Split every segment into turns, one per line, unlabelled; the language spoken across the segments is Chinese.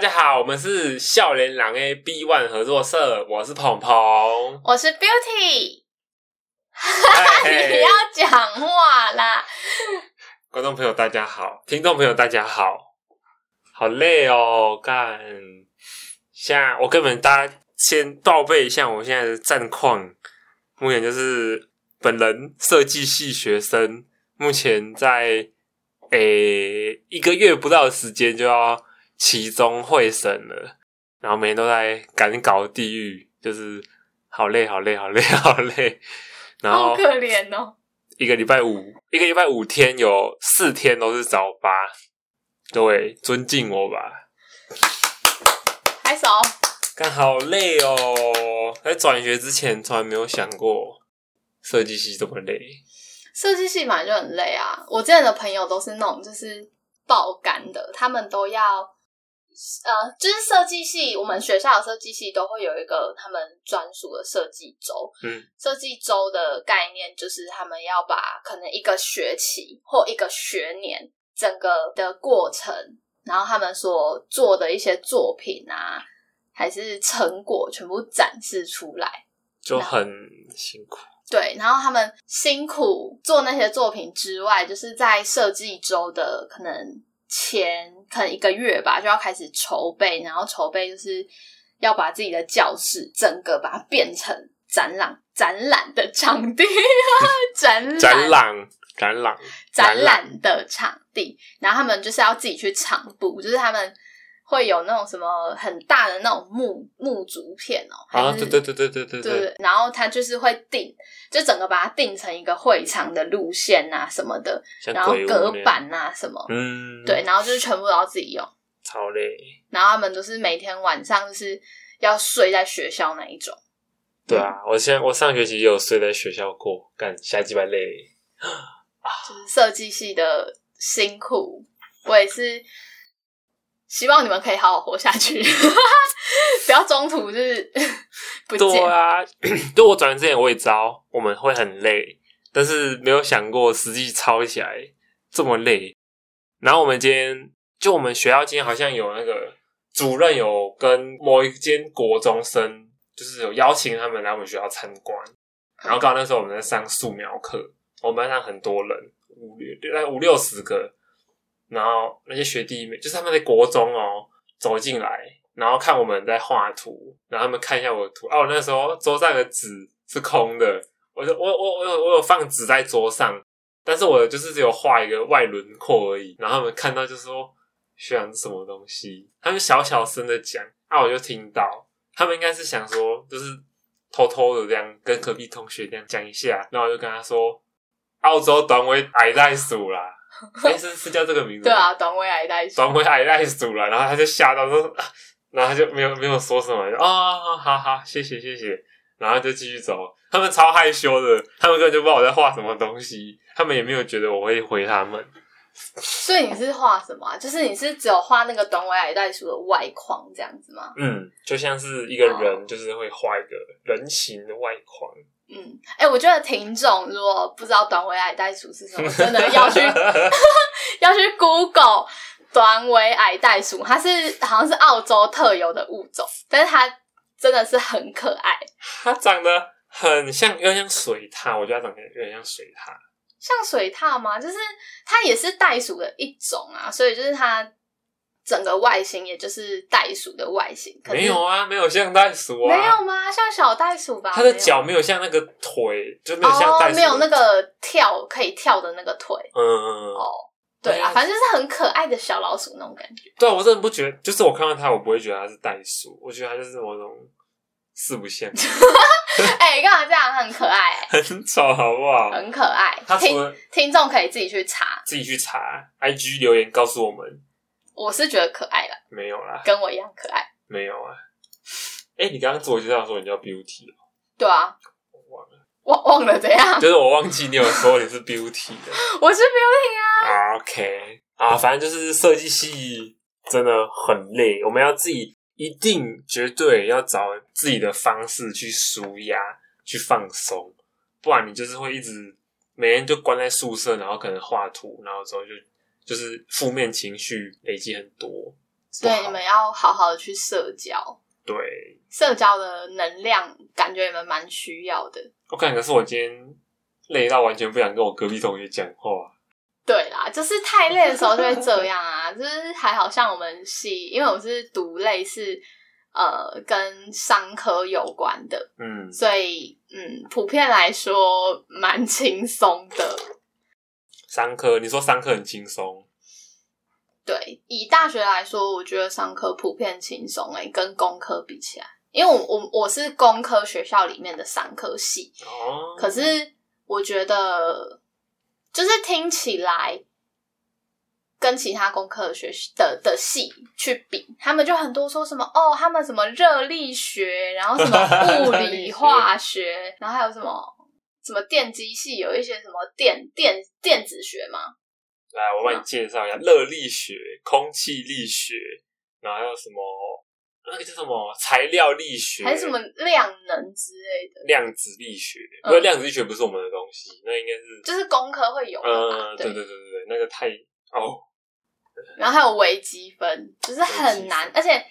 家好，我们是笑脸狼 A B One 合作社，我是鹏鹏。
我是 Beauty，
嘿 嘿
你要讲话啦。
观众朋友大家好，听众朋友大家好，好累哦，干！现在我跟你们大家先报备一下我现在的战况，目前就是本人设计系学生，目前在诶、一个月不到的时间就要期中会审了，然后每天都在赶稿地狱，就是好累好累好累好累，然后
好可怜哦。
一个礼拜五，一个礼拜五天有四天都是早八，各位尊敬我吧，
拍手。
干好累哦！在转学之前，从来没有想过设计系这么累。
设计系本来就很累啊，我之前的朋友都是那种就是爆肝的，他们都要呃，就是设计系，我们学校的设计系都会有一个他们专属的设计周。
嗯，
设计周的概念就是他们要把可能一个学期或一个学年整个的过程，然后他们所做的一些作品啊，还是成果全部展示出来。
就很辛苦，
对，然后他们辛苦做那些作品之外，就是在设计周的可能前可能一个月吧，就要开始筹备，然后筹备就是要把自己的教室整个把它变成展览展览的场地， 展览
展览，展览，
展览的场地，然后他们就是要自己去场布，就是他们会有那种什么很大的那种木木竹片哦，还
啊！
是
对对对对对对
对
对，
然后他就是会定，就整个把它定成一个会场的路线啊什么的，
像
然后
鬼屋
隔
那样，
板啊什么，
嗯，
对，，然后就是全部都要自己用，
超累，
然后他们都是每天晚上就是要睡在学校那一种，
对啊！我现在我上学期也有睡在学校过，干下几百累，
就是设计系的辛苦，我也是希望你们可以好好活下去， 不要中途就是 不见。
对啊， 对我转学之前我也知道我们会很累，但是没有想过实际操起来这么累。然后我们今天就我们学校今天好像有那个主任有跟某一间国中生，就是有邀请他们来我们学校参观。然后刚好那时候我们在上素描课，我们班上很多人，五六大概五六十个，然后那些学弟妹就是他们在国中哦走进来，然后看我们在画图，然后他们看一下我的图，哦、我那时候桌上的纸是空的，我就我我我有我有放纸在桌上，但是我就是只有画一个外轮廓而已，然后他们看到就说学长是什么东西，他们小小声的讲，啊我就听到，他们应该是想说就是偷偷的这样跟隔壁同学这样讲一下，然后我就跟他说。澳洲短尾矮袋鼠啦， 哎、是是叫这个名字？
对，啊，短尾矮袋鼠，
转回矮袋鼠了，然后他就吓到说，啊然后他就没有没有说什么，就啊、哦，好好，谢谢谢谢，然后就继续走。他们超害羞的，他们根本就不知道我在画什么东西，他们也没有觉得我会回他们。
所以你是画什么、啊？就是你是只有画那个短尾矮袋鼠的外框这样子吗？
嗯，就像是一个
人
就是会画一个人形的外框，
嗯，哎、我觉得听众如果不知道短尾矮袋鼠是什么，真的要 去要去 Google 短尾矮袋鼠，它是好像是澳洲特有的物种，但是它真的是很可爱，
它长得很像，有点像水獭，我觉得它长得有点像水獭。
像水獭吗？就是它也是袋鼠的一种啊，所以就是它整个外形也就是袋鼠的外形，可是
没有啊，没有像袋鼠啊，
没有吗？像小袋鼠吧，
它的
没有
脚没有像那个腿，就没有像
哦
袋，鼠的、
没有那个跳可以跳的那个腿。
嗯嗯嗯。
对啊，
对
反正就是很可爱的小老鼠那种感觉。
对啊，我真的不觉得，就是我看到它，我不会觉得它是袋鼠，我觉得它就是某种四不像，
哎、干嘛这样？很可爱、
很丑，好不好？
很可爱
它。除
听
了
听众可以自己去查，
自己去查 IG 留言告诉我们，
我是觉得可爱了，
没有啦，
跟我一样可爱。
没有啊。哎、你刚刚自我介绍说你叫 Beauty，哦
对啊，
我忘了，
忘忘了怎样？
就是我忘记你有说你是 Beauty 的。
我是 Beauty 啊。
啊 OK 啊，反正就是设计系真的很累，我们要自己一定绝对要找自己的方式去舒压、去放松，不然你就是会一直每天就关在宿舍，然后可能画图，然后之后就就是负面情绪累积很多，不好
对，你们要好好的去社交，
对，
社交的能量感觉你们蛮需要的。
我感觉是我今天累到完全不想跟我隔壁同学讲话。
对啦，就是太累的时候就会这样啊。 就是还好像我们系，因为我是读类似呃跟商科有关的，
嗯，
所以嗯，普遍来说蛮轻松的。
商科，你说商科很轻松，
对，以大学来说，我觉得商科普遍轻松诶，跟工科比起来，因为我我我是工科学校里面的商科系，
哦，
可是我觉得就是听起来跟其他工科的学习的的系去比，他们就很多说什么哦，他们什么热力学，然后 什么物
热力
理
学
化学，然后还有什么。什么电机系有一些什么电电电子学嘛，
来，我帮你介绍一下热力学、空气力学，然后还有什么那个叫什么材料力学，
还是什么量能之类的，
量子力学？
嗯
因为量子力学不是我们的东西，那应该是
就是工科会有的嘛，
嗯，对对对对对，那个太哦，
然后还有微积分，就是很难，而且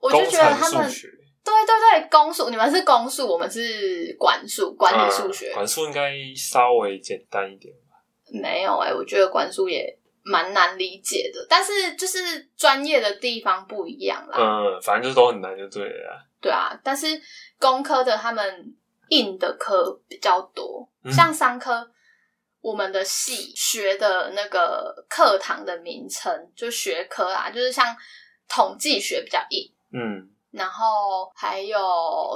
我就
工
觉得
程
他
数
们
学、
对对对，公数，你们是公数，我们是管数，管理数学。
嗯管数应该稍微简单一点。
没有哎、我觉得管数也蛮难理解的，但是就是专业的地方不一样啦，
嗯，反正就是都很难就对了啦。
对啊。但是工科的他们硬的科比较多，
嗯
像商科。我们的系学的那个课堂的名称，就学科啊，就是像统计学比较硬，
嗯，
然后还有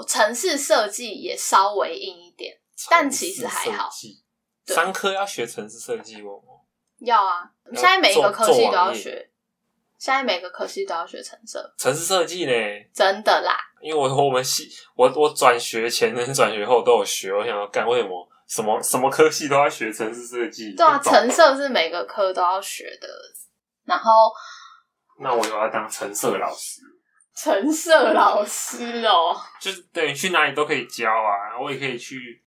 城市设计也稍微硬一点。但其实还好
城市设计。
对
商科要学城市设计哦，
要啊，
要
现在每个科系都要
做做
学，现在每个科系都要学成色，
城市设计呢？
真的啦。
因为我我们系我我转学前跟转学后都有学，我想要干为什么什么什么科系都要学城市设计？
对啊，
不懂
成色是每个科都要学的，然后
那我有要当橙色老师，
成色老师哦，
就是等于去哪里都可以教啊，我也可以去。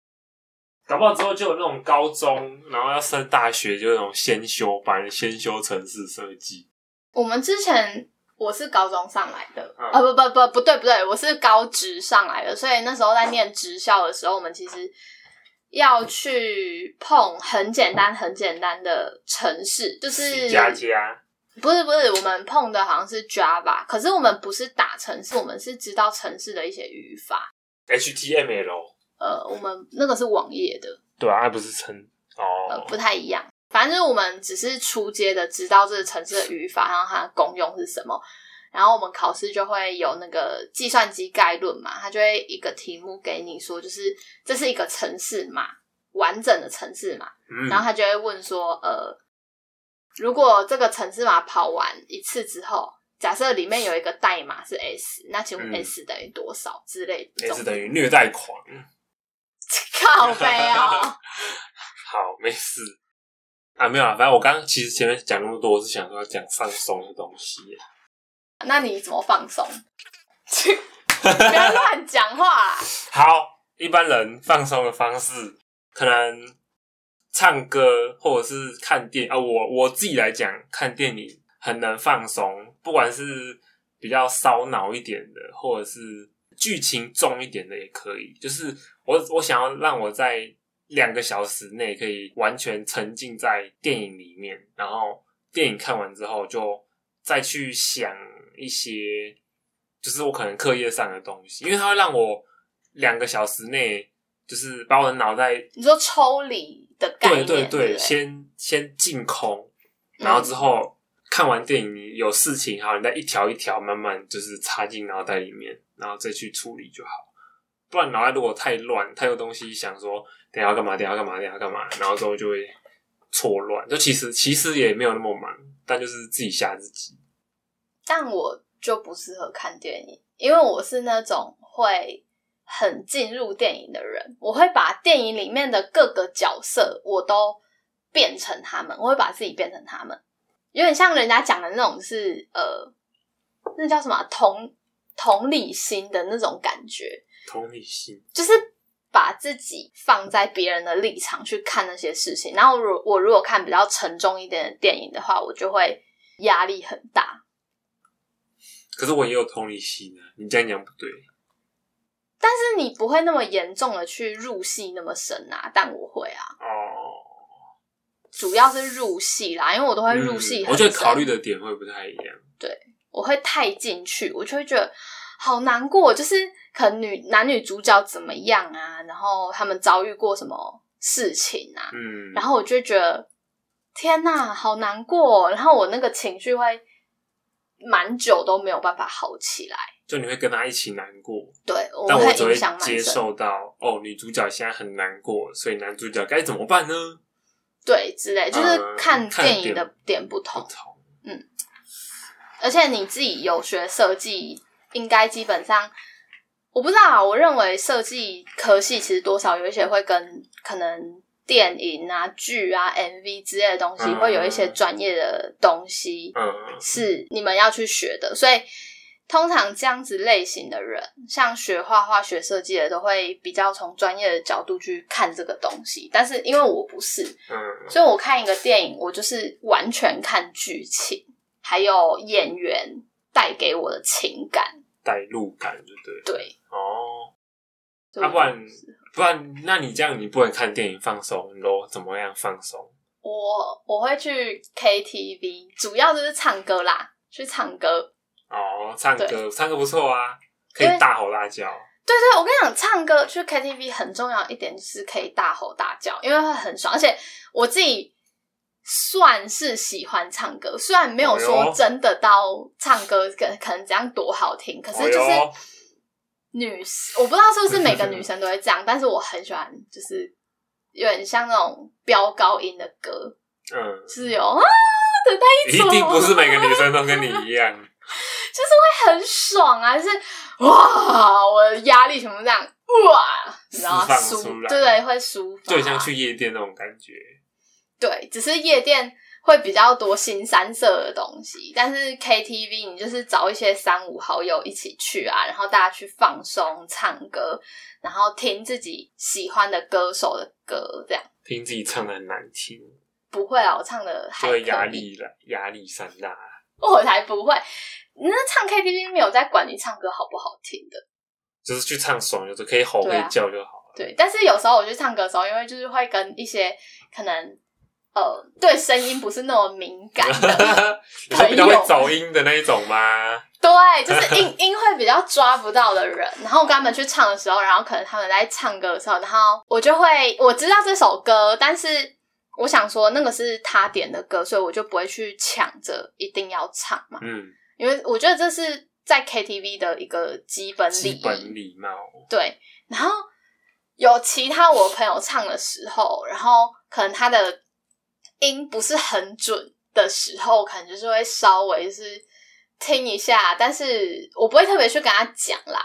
搞不好之后就有那种高中，然后要升大学，就有那种先修班、先修城市设计。
我们之前。我是高中上来的，
嗯
啊不不不不对不对，我是高职上来的，所以那时候在念职校的时候，我们其实要去碰很简单很简单的城市，就是
加加，
不是不是，我们碰的好像是 Java，可是我们不是打城市，我们是知道城市的一些语法。
HTML，
呃，我们那个是网页的，
对啊，它不是城
呃，
哦，
不太一样。反正就是我们只是初阶的知道这个城市的语法，然后它的功用是什么。然后我们考试就会有那个计算机概论嘛，它就会一个题目给你说，就是这是一个城市码，完整的城市码。
嗯
然后他就会问说，呃，如果这个城市码跑完一次之后，假设里面有一个代码是 S，那请问
嗯
S 等于多少之类的这种？
S 等于虐待狂。
靠背哦，
好，没事啊，没有啊，反正我刚刚其实前面讲那么多，我是想说要讲放松的东西。
那你怎么放松？ 不要乱讲话啦！
好，一般人放松的方式可能唱歌或者是看电啊，我我自己来讲，看电影很能放松，不管是比较烧脑一点的，或者是剧情重一点的也可以。就是我我想要让我在两个小时内可以完全沉浸在电影里面，然后电影看完之后就再去想一些，就是我可能课业上的东西，因为它会让我两个小时内就是把我的脑袋
你说抽离的概
对
念，
对
对嗯
对，
不对，
先先净空，然后之后看完电影，你有事情好，你再一条一条慢慢就是插进脑袋里面，然后再去处理就好。不然脑袋如果太乱，太多东西想说，等一下要干嘛，等一下要干嘛，等一下要干嘛，然后之后就会错乱。就其实其实也没有那么忙，但就是自己吓自己。
但我就不适合看电影，因为我是那种会很进入电影的人，我会把电影里面的各个角色我都变成他们，我会把自己变成他们，有点像人家讲的那种是呃，那叫什么啊同同理心的那种感觉，
同理心，
就是。把自己放在别人的立场去看那些事情，然后如我如果看比较沉重一点的电影的话，我就会压力很大，
可是我也有同理心啊，你这样讲不对。
但是你不会那么严重的去入戏那么深啊，但我会啊，
哦，
主要是入戏啦，因为我都会入戏、
嗯
很
我觉得
深
考虑的点会不太一样。
我会太进去，我就会觉得好难过。就是可能女男女主角怎么样啊，然后他们遭遇过什么事情啊，
嗯，
然后我就会觉得天呐，好难过哦、然后我那个情绪会蛮久都没有办法好起来。
就你会跟他一起难过，
对，我
但
会
我只
影
会
响蛮
接
深，
受到哦，女主角现在很难过，所以男主角该怎么办呢？
对之类，就是
呃
看
看
电影
点
的点不同
不。同，
而且你自己有学设计，应该基本上，我不知道啊，我认为设计科系其实多少有一些会跟可能电影啊、剧啊、MV 之类的东西，
嗯
会有一些专业的东西
嗯，
是你们要去学的，所以。通常这样子类型的人，像学画画、学设计的，都会比较从专业的角度去看这个东西。但是因为我不是，
嗯，
所以我看一个电影，我就是完全看剧情，还有演员带给我的情感。
代入感，对不对？
对，
哦，
所以
啊不然不然，那你这样你不能看电影放松咯？怎么样放松？
我我会去 KTV，主要就是唱歌啦，去唱歌。
哦，唱歌
对
唱歌不错啊，可以
因为
大吼大叫，
对对，我跟你讲，唱歌去 KTV 很重要一点就是可以大吼大叫，因为会很爽。而且我自己算是喜欢唱歌，虽然没有
哎
说
呦
真的到唱歌可可能怎样多好听，可是就是。
哎呦
女，我不知道是不是每个女生都会这样，但是我很喜欢，就是有点像那种飙高音的歌，
嗯，
就是有啊的那一
一
种，
定不是每个女生都跟你一样。
会很爽啊，就是哇，我的压力全部这样哇，然后
释
舒
放出来
对对，会舒服，
就很像去夜店那种感觉。
对，只是夜店会比较多新三色的东西，但是 KTV 你就是找一些三五好友一起去啊，然后大家去放松、唱歌，然后听自己喜欢的歌手的歌，这样
听自己唱的很难听，
不会啊，我唱的还
就
可
会
以
压，力了，压力山大。
我才不会。那唱 KTV 没有在管你唱歌好不好听的，
就是去唱爽，就是可以吼可
对啊
以叫就好了。
对。但是有时候我去唱歌的时候，因为就是会跟一些可能呃对声音不是那么敏感的
你说比较会
朋友
走音的那一种吗？
对，就是音音会比较抓不到的人，然后我跟他们去唱的时候，然后可能他们在唱歌的时候，然后我就会我知道这首歌，但是我想说那个是他点的歌，所以我就不会去抢着一定要唱嘛，
嗯，
因为我觉得这是在 KTV 的一个基本礼
基
仪，
本礼貌。
对，然后有其他我朋友唱的时候，然后可能他的音不是很准的时候，可能就是会稍微是听一下，但是我不会特别去跟他讲啦。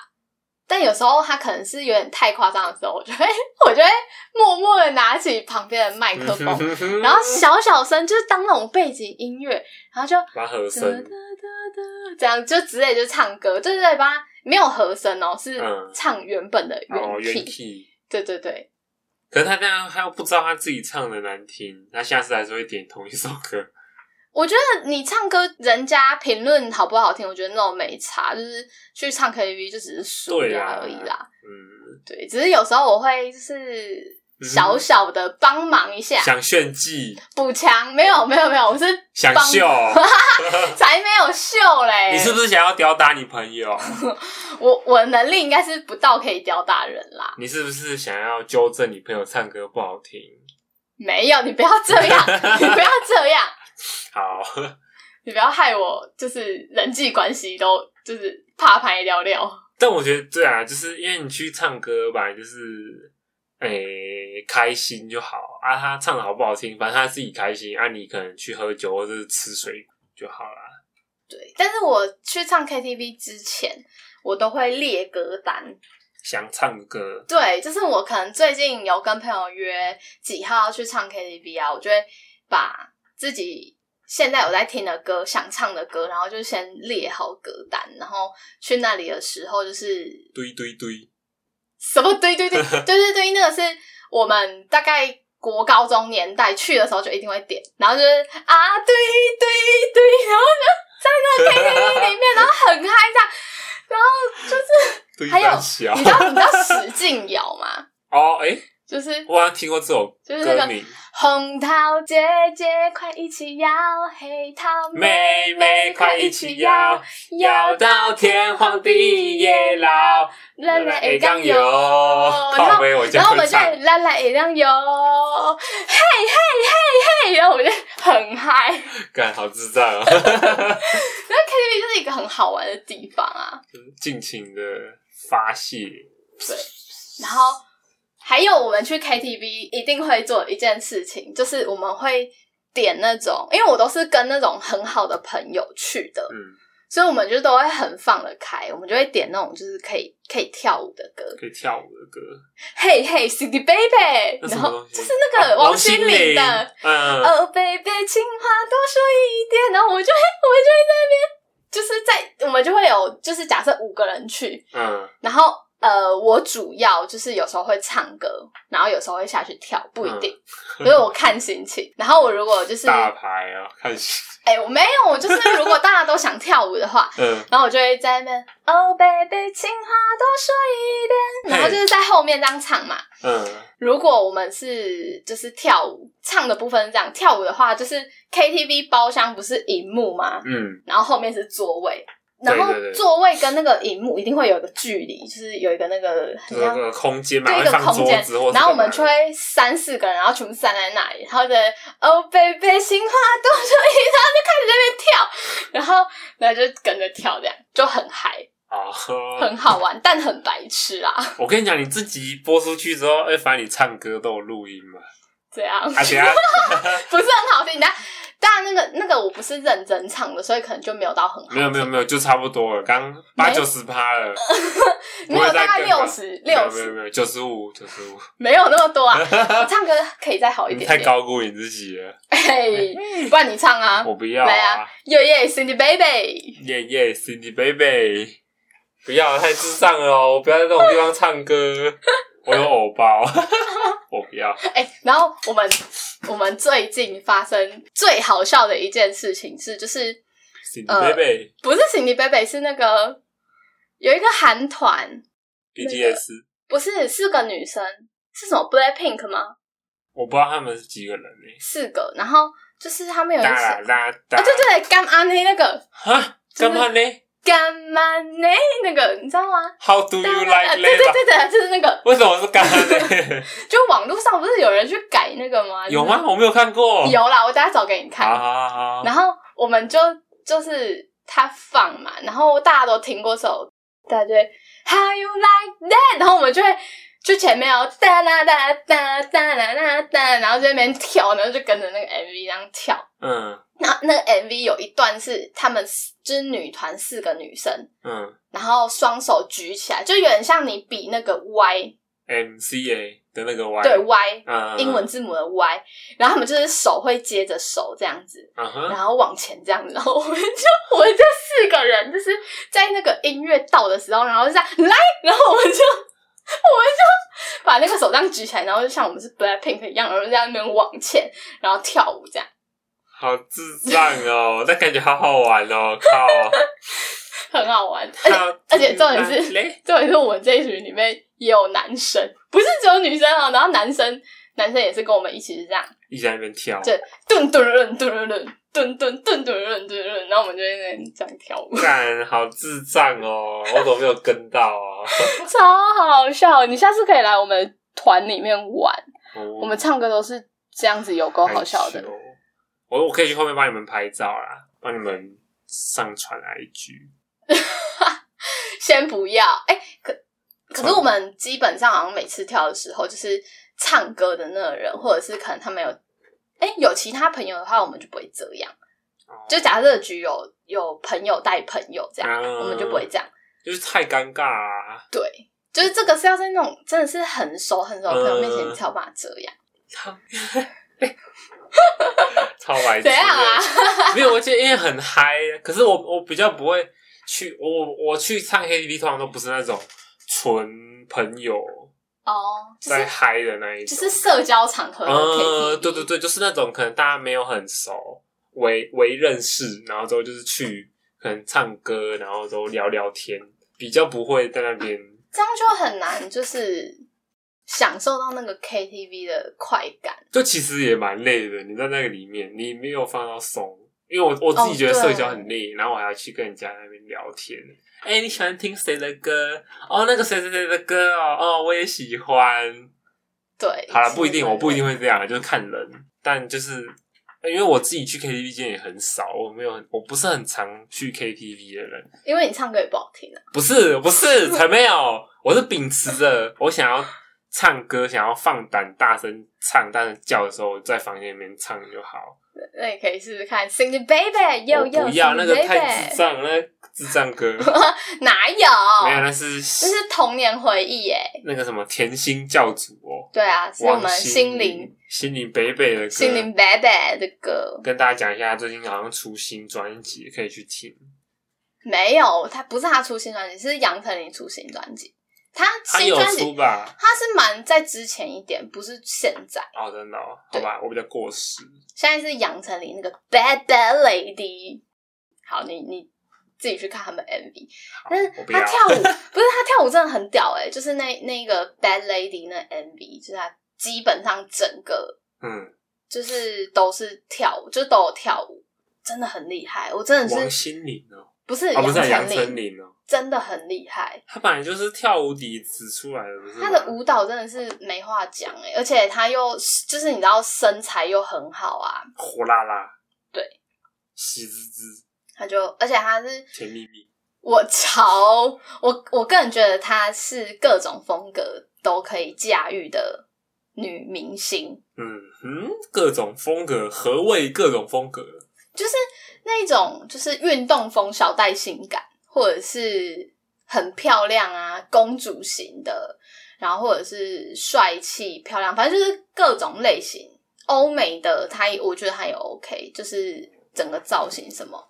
但有时候他可能是有点太夸张的时候，我就会我就会默默的拿起旁边的 麦克风，然后小小声，就是当那种背景音乐，然后就
把和
哒哒哒
声，
哒，这样就之类就唱歌，对对对，帮他没有和声哦，是
嗯
唱原本的
然后
原
原
题，
key。
对对
哦
对，
可是他这样，他又不知道他自己唱的难听，他下次还是会点同一首歌。
我觉得你唱歌，人家评论好不好听，我觉得那种没差，就是去唱 KTV 就只是舒
对
压
啊
而已啦。
嗯，
对，只是有时候我会就是
嗯
小小的帮忙一下，
想炫技，
补强。没有没有没有，我是
想
帮
秀，
才没有秀 嘞。
你是不是想要吊打你朋友？
我我的能力应该是不到可以吊打人啦。
你是不是想要纠正你朋友唱歌不好听？
没有，你不要这样， 你不要这样。
好，
你不要害我，就是人际关系都就是怕牌聊聊。
但我觉得对啊，就是因为你去唱歌吧，就是诶、开心就好啊。他唱的好不好听，反正他自己开心啊。你可能去喝酒或者是吃水果就好啦。
对，但是我去唱 KTV 之前，我都会列歌单。
想唱歌，
对，就是我可能最近有跟朋友约几号要去唱 KTV 啊，我就会把自己现在有在听的歌、想唱的歌，然后就先列好歌单，然后去那里的时候就是
堆堆堆，
什么对 对对对对对，那个是我们大概国高中年代去的时候就一定会点，然后就是啊对对对，然后在那个 KTV 里面，然后很嗨这样，然后就是
对
还有
三小
你知道你知道使劲摇吗？
哦，哎，
就是
我好像听过这首
就是那个
歌名，
红桃姐姐快一起摇，黑桃
妹
妹
妹快一起摇，
摇
摇到天荒地也老，
来来
哎
一杠
有，
油，然
靠
后
背我这
然
样
后我们
会
就
唱，
来来一杠油，嘿嘿嘿嘿，然后我们就很嗨。
干好智障啊！
那 KTV 就是一个很好玩的地方啊。
尽情的发泄，
然后还有我们去 KTV 一定会做一件事情，就是我们会点那种，因为我都是跟那种很好的朋友去的，
嗯，
所以我们就都会很放得开，我们就会点那种就是可以可以跳舞的歌，
可以跳舞的歌，
嘿嘿 City Baby，
那什
然
么
后
东西
就是那个
啊王
心
心
凌的。，
嗯，
哦，baby，情话多说一点，然后我就会，我们就会在那边，就是在我们就会有，就是假设五个人去，
嗯，
然后呃，我主要就是有时候会唱歌，然后有时候会下去跳，不一定，所以我看心情。然后我如果就是，
大
哎、
牌啊，看戏，，
我没有，我就是如果大家都想跳舞的话
嗯，
然后我就会在那边，Oh baby，情话多说一点，然后就是在后面这样唱嘛。
嗯，
如果我们是就是跳舞唱的部分是这样，跳舞的话就是 KTV 包厢不是荧幕吗？
嗯，
然后后面是座位，
对
然后
对对
座位跟那个荧幕一定会有一个距离，就是有一个那个
就
很
是那
像
个空间嘛，
对一
会
个
放
空
桌
间
子或，者
然后我们
干嘛
就会三四个人，然后全部站在那里，然后的哦，baby 心花多说一点，然后就开始在那边跳，然后然后就跟着跳，这样就很嗨，
哦，
很好玩，但很白痴啊，
我跟你讲，你自己播出去之后，哎，反正你唱歌都有录音 嘛，
这样
啊，等一下，
不是很好听。但但那个那个我不是认真唱的，所以可能就没有到很好，
没有没有没有，就差不多了，刚八九十趴了，
没有大概六十
没有
六
没有
十，
没有九十五九十五，
没有那么多啊。我唱歌可以再好一
你
点
太
点，
高估你自己了，
嘿，不然你唱 啊，
我不要
来啊，耶耶，Cindy baby，
耶耶，Cindy baby，不要太智障了哦！我不要在这种地方唱歌，我有偶包， 我不要。
哎、然后我们我们最近发生最好笑的一件事情是，就是
Cindy
呃
baby、
不是行李北北是那个有一个韩团，
BTS，
不是四个女生，是什么 Black Pink 吗？
我不知道他们是几个人呢、
四个，然后就是他们有一
哒
次
啦
啊，
啦哒，
对对对，干阿内那个
哈，
就
干
是
嘛呢
干嘛呢？那个你知道吗？
？How do you
当然
like
呃对对
Leva？
对对，就是那个，
为什么是干嘛呢？
就网络上不是有人去改那个吗？
有吗？？我没有看过。。
有啦，我等下找给你看。
好好好好。
然后我们就就是他放嘛，然后大家都听过这首，大家就会 How you like that，然后我们就会就前面哦哒啦哒啦哒哒啦啦哒，然后在那边跳，然后就跟着那个 MV 这样跳。
嗯
那那个 MV 有一段是他们四就是女团四个女生，
嗯
然后双手举起来，就有点像你比那个 Y，
，MCA 的那个 Y。
对 Y。
嗯。
英文。字母的 Y，然后他们就是手会接着手这样子，
嗯哼。
然后往前这样子，然后我们就我们就四个人，就是在那个音乐到的时候，然后就这样来，然后我们就我们就把那个手这样举起来，然后就像我们是 Blackpink 一样，然后在那边往前，然后跳舞这样，
好智障哦，但感觉好好玩哦，靠！
很好 玩。而且而且重点
How
是
do you like Leva？
重点是我们这一群里面也有男生，不是只有女生哦，然后男生男生也是跟我们一起是这样，
一直在那边跳。
对顿顿顿顿顿顿顿顿顿顿顿顿，然后我们就在那边这样跳舞。
干，好智障哦！我怎么没有跟到啊？
超好笑！你下次可以来我们团里面玩，我
我
们唱歌都是这样子，有够好笑的。。
哦我我可以去后面帮你们拍照啦，帮你们上传 IG。
先不要，哎、可可是
唱
我们基本上好像每次跳的时候，就是唱歌的那个人，或者是可能他们有，哎、有其他朋友的话，我们就不会这样。
哦
就假设局有有朋友带朋友这样，
嗯
我们就不会这样。
就是太尴尬啊啦，
对，就是这个是要在那种真的是很熟很熟的朋友面前，
嗯
你才有办法这样。
超白痴的。
怎样啊？
没有，我觉得因为很嗨，可是我我比较不会去，我我去唱 KTV 通常都不是那种纯朋友
哦，就
在
是
嗨的那一种，
就是社交场合的 KTV，、
嗯，对对对，就是那种可能大家没有很熟，为为认识，然后之后就是去可能唱歌，然后都聊聊天，比较不会在那边。
这样就很难，就是享受到那个 KTV 的快感。
就其实也蛮累的，你在那个里面，你没有放到松，因为我我自己觉得
哦对
社交很累，然后我还要去跟人家那边聊天。哎、你喜欢听谁的歌？哦，那个谁谁谁的歌哦，哦，我也喜欢。
对，
好了，
是
不一定，
真的
我不一定会这样，就是看人。但就是因为我自己去 KTV 间也很少，我没有很，我不是很常去 KTV 的人。
因为你唱歌也不好听啊。
不是，不是，才没有。我是秉持着我想要唱歌，想要放胆大声唱、大声叫的时候，我在房间里面唱就好。
那你可以试试看，Sing the baby，又
我
又
不要那个
Sing the
太
baby，
智障，那智障 歌
哪
没有，
有？
那是
这哦是童年回忆耶。
那个什么甜心教主哦，
对啊，是我
王
们心灵
凌心灵北北的歌。
心灵 baby 的歌。
跟大家讲一下，最近好像出新专辑，可以去听。
没有，他不是他出新专辑，是杨丞琳出新专辑。他
他
新
有
专
出
辑
吧？
他是蛮在之前一点，不是现在。
哦，真的、哦，好
对
吧，我比较过时。
现在是杨丞琳那个 Bad Bad Lady。好，你你自己去看他们 MV，
好
但是
我不
他
要。
跳 舞不是他跳舞真的很屌哎、就是那那个 Bad Lady 那 MV，就是他基本上整个
嗯，
就是都是跳舞，就是都有跳舞，真的很厉害。我真的
王
是
心凌哦，
不是
哦，不是啊
杨
杨
丞
丞
琳，
琳哦，
真的很厉害。
他本来就是跳舞底子出来的，不是吗
他的舞蹈真的是没话讲哎、而且他又就是你知道身材又很好啊，
火辣辣，
对，
喜滋滋，
他就而且他是
甜蜜蜜，
我潮，我我个人觉得她是各种风格都可以驾驭的女明星，
嗯哼，各种风格，何谓各种风格？
就是那种就是运动风小带性感，或者是很漂亮啊公主型的，然后或者是帅气漂亮，反正就是各种类型。欧美的她也我觉得她也 OK，就是整个造型什么，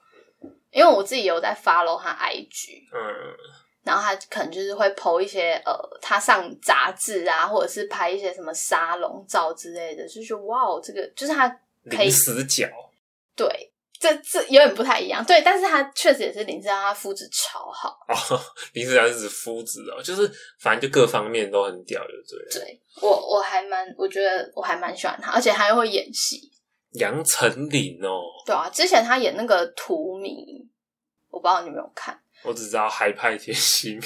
因为我自己有在 follow 她 IG，
嗯，
然后他可能就是会 PO 一些呃，他上杂志啊，或者是拍一些什么沙龙照之类的，就觉得哇哦，这个就是他可以
零死角，
对这这有点不太一样，对，但是他确实也是林志扬，他肤质超好，
哦，零死角是指肤质哦，就是反正就各方面都很屌，就对了。
对我我还蛮我觉得我还蛮喜欢他，而且他又会演戏，
杨丞琳哦，
对啊，之前他演那个《荼蘼》，我不知道你有没有看，
我只知道海派甜心。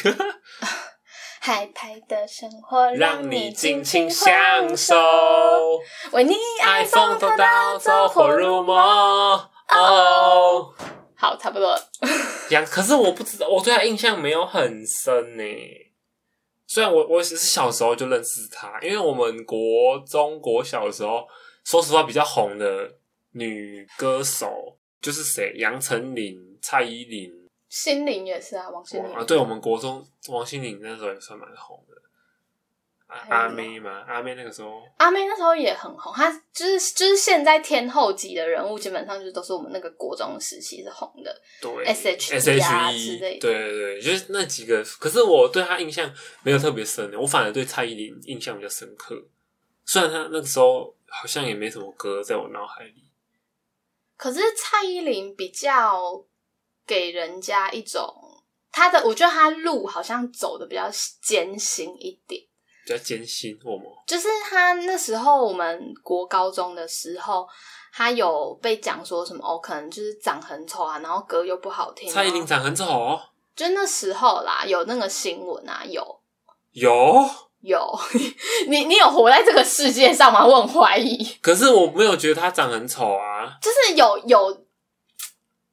海派的生活
让你
你
尽
尽
情
情
享
享
受，
为你
爱
爱
疯
疯
头
头
刀
刀
走
走
火
火
入
入
魔
魔。
哦，
好，差不多了。
杨，可是我不知道，我对他印象没有很深呢。虽然我我只是小时候就认识他，因为我们国中国小的时候，说实话比较红的女歌手就是谁？杨丞琳、蔡依林
心灵也是啊，王心凌
啊，对我们国中王心凌那时候也算蛮红的。啊、
还有
阿
什么
妹嘛，阿妹那个时候
阿妹那时候也很红，她就是就是现在天后级的人物，基本上就都是我们那个国中时期是红的。
对
SHE 啊之类
E，
的
对对对，就是那几个。可是我对他印象没有特别深，欸我反而对蔡依林印象比较深刻。虽然他那个时候好像也没什么歌在我脑海里，
可是蔡依林比较给人家一种她的，我觉得她路好像走的比较艰辛一点。
比较艰辛，我吗？
就是她那时候我们国高中的时候，她有被讲说什么哦，可能就是长很丑啊，然后歌又不好听。
蔡依林
然后
长很丑哦，
就那时候啦，有那个新闻啊，有
有，
有， 你你有活在这个世界上吗？我很怀疑，
可是我没有觉得她长很丑啊。
就是有有，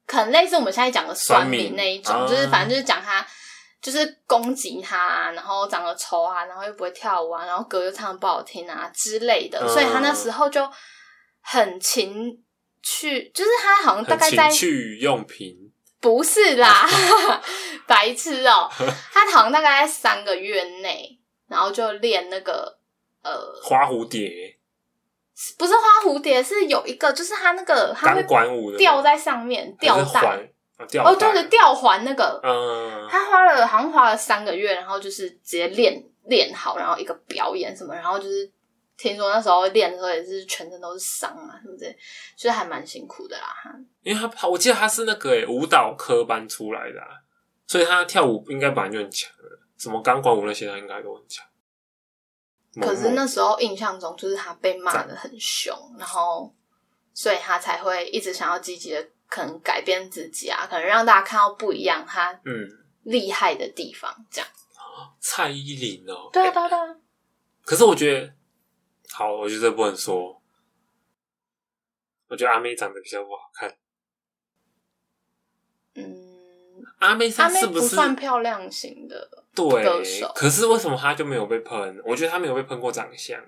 可能类似我们现在讲的酸
酸
民
民
那一种，
啊
就是反正就是讲他就是攻击他、啊，然后长得丑啊，然后又不会跳舞啊，然后歌又唱得不好听啊之类的，
嗯
所以他那时候就很情趣，就是他好像大
很
概在
情趣用品，
不是啦， 白 痴哦、他好像大概在三个月内，然后就练那个呃。
花蝴蝶，
不是花蝴蝶，是有一个，就是它那个它
钢
会
管舞的
吊在上面吊
还是
带，
环，啊吊带
哦，对对，，吊环那个，
嗯，
他花了好像花了三个月，然后就是直接练练好，然后一个表演什么，然后就是听说那时候练的时候也是全身都是伤啊，是不是？就是还蛮辛苦的啦。
因为他他我记得他是那个诶、舞蹈科班出来的、啊，所以他跳舞应该本来就很强了，什么钢管舞那些他应该都很强。
可
猛
是
猛
那时候印象中就是他被骂的很凶，然后所以他才会一直想要积极的可能改变自己啊，可能让大家看到不一样他
嗯，
厉害的地方，这样。
蔡依林哦、
对啊，
诶
对啊，对啊。
可是我觉得，好，我觉得这不能说。我觉得阿妹长得比较不好看。
嗯，
阿妹
阿
上
妹
是
不
是
算漂亮型的，歌
对
手？
可是为什么她就没有被喷？我觉得她没有被喷过长相，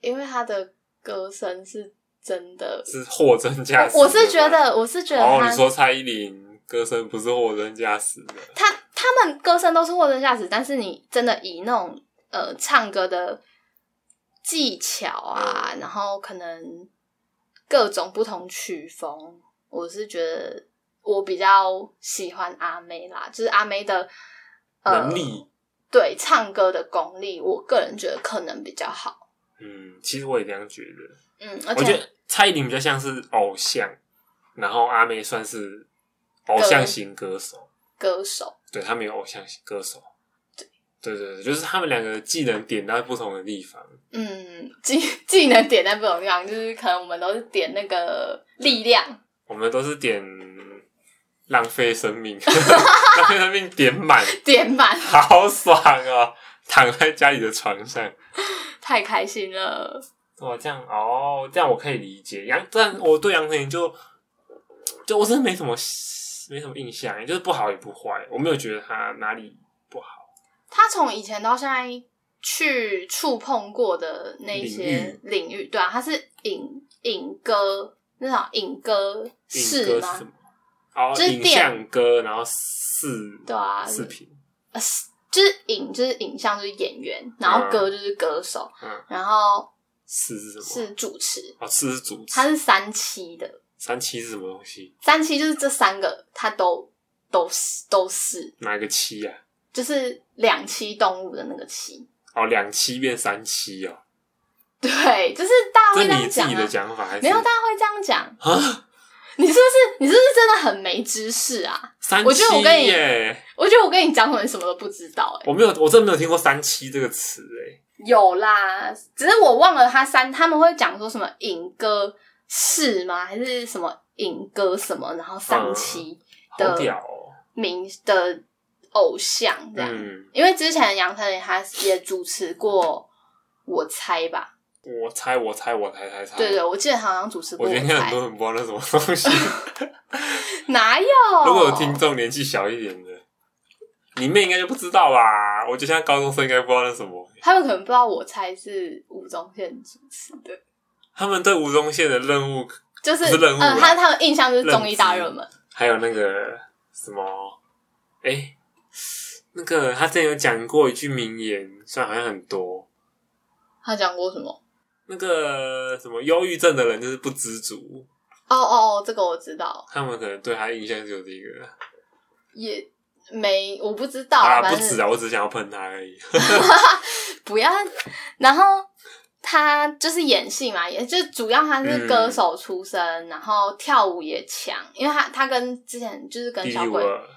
因为她的歌声是真的。
是货真价实的吗。
我我是觉得，我是觉得
哦，
她
你说蔡依林歌声不是货真价实的，
他他们歌声都是货真价实，但是你真的以那种呃唱歌的技巧啊，然后可能各种不同曲风，我是觉得我比较喜欢阿妹啦，就是阿妹的、呃、
能力，
对唱歌的功力，我个人觉得可能比较好。
嗯，其实我也这样觉得。
嗯，而
我觉
且
得蔡依林比较像是偶像，然后阿妹算是偶像型歌手，
歌手
对他们有偶像型歌手。对对对，就是他们两个的技能点在不同的地方。
嗯技技能点在不同地方，就是可能我们都是点那个力量。
我们都是点浪费生命， 浪费生命点满，
点满，
好爽哦！躺在家里的床上，
太开心了。
哇，这样哦，这样我可以理解。杨，但我对杨丞琳就就我真的没什么没什么印象，就是不好也不坏，我没有觉得他哪里不好。
他从以前到现在去触碰过的那些领域，对啊，他是影影歌那种影歌
影
是
歌是什
吗？
么？哦，
就是
影
电
像歌，然后视
对啊
视频，
呃是就是影就是影像就是演员，然后歌就是歌手，
嗯
然后
视是什么？
是主持，
哦，视是主
他
持，
是三期的，
三七是什么东西？
三期就是这三个他都都是都是，
哪个七啊呀、
就是两栖动物的那个栖。
哦，两七变三七哦，
对，就是大家
这
会这
你
样
自
讲、
己的
啊，
讲法还是
没有大家会这样讲，
啊？
你是不是你是不是真的很没知识啊？
三
我觉得我
七
跟你
耶，
我觉得我跟你讲什么，你什么都不知道哎、
我没有，我真的没有听过三七这个词哎。
有啦，只是我忘了他三，他们会讲说什么影歌是吗？还是什么影歌什么？然后三期
好
的
屌哦！
名、的偶像这样，
嗯，
因为之前杨丞琳她也主持过，我猜吧，
我猜，我猜，我猜，猜猜。
对对，我记得她好像主持过
我觉得应该很
猜，
多人不知道那什么东西。
哪有？
如果有听众年纪小一点的，你妹应该就不知道吧？我觉得现在高中生应该不知道那什么。
他们可能不知道我猜是吴宗宪主持的，
他们对吴宗宪的任务，
就是
不是任务啊
呃，他他们印象就是综艺大热门。
还有那个什么，哎、那个他之前有讲过一句名言，虽然好像很多，
他讲过什么？
那个什么忧郁症的人就是不知足，
哦哦，哦，这个我知道，
他们可能对他的印象只有这个。
也没我不知道
好啦，
哦反
不
正
止啊，我只是想要喷他而已。
不要。然后他就是演戏嘛，也就主要他
嗯
是歌手出身，然后跳舞也强，因为他他跟之前就是跟
第
小
五
鬼，
了，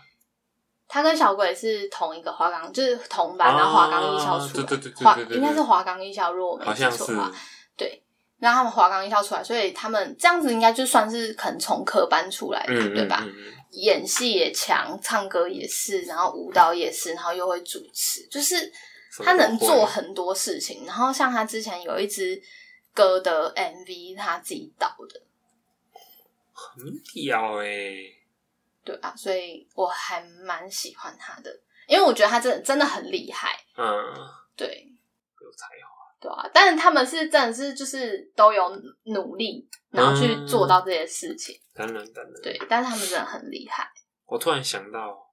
他跟小鬼是同一个华冈，就是同班，然后华冈艺校
啊
出来，
对对对对
华
对对对
应该是华冈艺校，如果我没
好
记
像
错
是
的话，对。然后他们华冈艺校出来，所以他们这样子应该就算是肯从科班出来的，
嗯，
对吧？
嗯？嗯嗯
演戏也强，唱歌也是，然后舞蹈也是，然后又会主持，就是
什么
他
都
能
会
做很多事情。然后像他之前有一支歌的 MV，他自己导的，
很屌哎、
对吧？所以我还蛮喜欢他的，因为我觉得他真的真的很厉害，
嗯，
对
有才华。
对啊。但是他们是真的是就是都有努力，然后
嗯
去做到这些事情，
当然当然，
对。但是他们真的很厉害，
我突然想到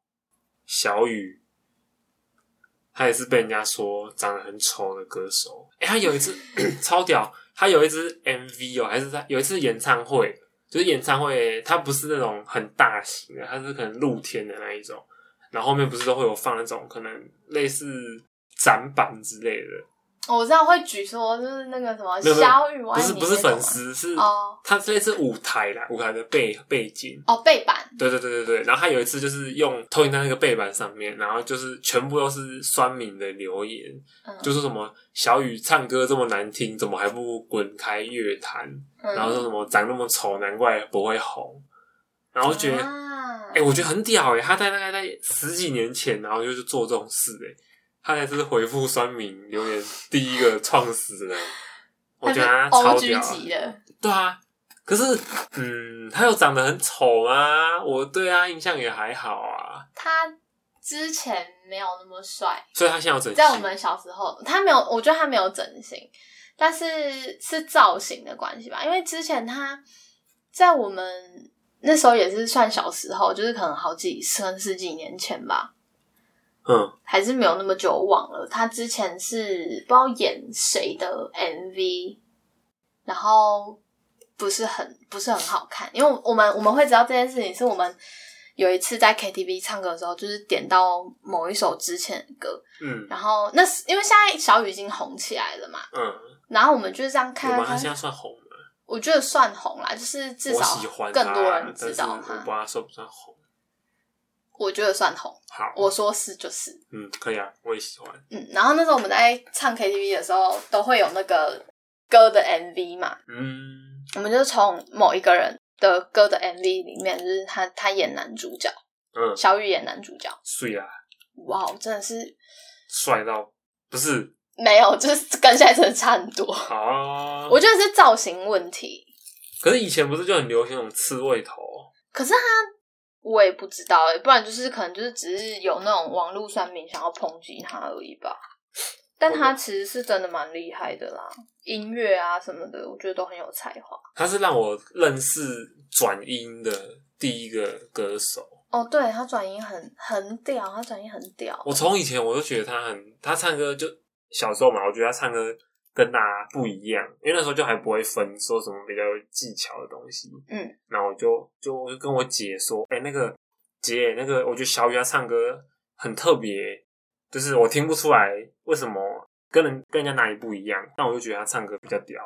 小雨，他也是被人家说长得很丑的歌手。哎、他有一 次超屌，他有一支 MV 哦、还是他有一次演唱会，就是演唱会，他不是那种很大型的，他是可能露天的那一种，然后后面不是都会有放那种可能类似展板之类的。
我知道会举说就是那个什么
没有没有
肖玉
不
湾，
是不是粉丝，是
哦
他这次舞台啦，舞台的背背景。
哦，背板
对对对对对，然后他有一次就是用投影在那个背板上面，然后就是全部都是酸民的留言，
嗯
就说什么小雨唱歌这么难听，怎么还不滚开乐坛？然后说
嗯
什么长那么丑，难怪不会红。然后觉得，哎、
啊
我觉得很屌哎、他在大概在十几年前，然后就是做这种事哎、他才是回复酸民留言第一个创始人，我觉得他
他
超
是 O G
屌啊，
级的，
对啊。可是，嗯，他又长得很丑啊，我对他印象也还好啊，
他之前没有那么帅，
所以他现在有整
在我
形
们小时候他没有，我觉得他没有整形，但是是造型的关系吧，因为之前他在我们那时候也是算小时候，就是可能好几可能十几年前吧，
嗯，
还是没有那么久，我忘了。他之前是不知道演谁的 MV，然后不是很不是很好看，因为我们我们会知道这件事情，是我们有一次在 KTV 唱歌的时候，就是点到某一首之前的歌，
嗯
然后那是因为现在小雨已经红起来了嘛，
嗯，
然后我们就是这样
我
看
们他
看
现在
看，
算红了，
我觉得算红啦，就是至
我
少
喜欢他
更多人知
但
道
是我不
他
知，道他算不算红。
我觉得算红，
好，
我说是就是。
嗯，可以啊，我也喜欢。
嗯，然后那时候我们在唱 KTV 的时候，都会有那个歌的 MV 嘛，
嗯，
我们就是从某一个人的歌的 MV 里面，就是他他演男主角，
嗯，
小雨演男主角，
帅啊，
哇，真的是
帅到不是
没有，就是跟现在真的差很多。
啊？
我觉得是造型问题，
可是以前不是就很流行那种刺猬头？
可是他我也不知道哎、不然就是可能就是只是有那种网络酸民想要抨击他而已吧。但他其实是真的蛮厉害的啦，音乐啊什么的，我觉得都很有才华。
他是让我认识转音的第一个歌手。
哦，对他转音很很屌，他转音很屌。
我从以前我就觉得他很，他唱歌就小时候嘛，我觉得他唱歌跟大家不一样，因为那时候就还不会分说什么比较有技巧的东西。
嗯，
然后我就就我就跟我姐说，哎、那个姐，那个我觉得小雨她唱歌很特别，就是我听不出来为什么跟人跟人家哪里不一样，但我就觉得她唱歌比较屌。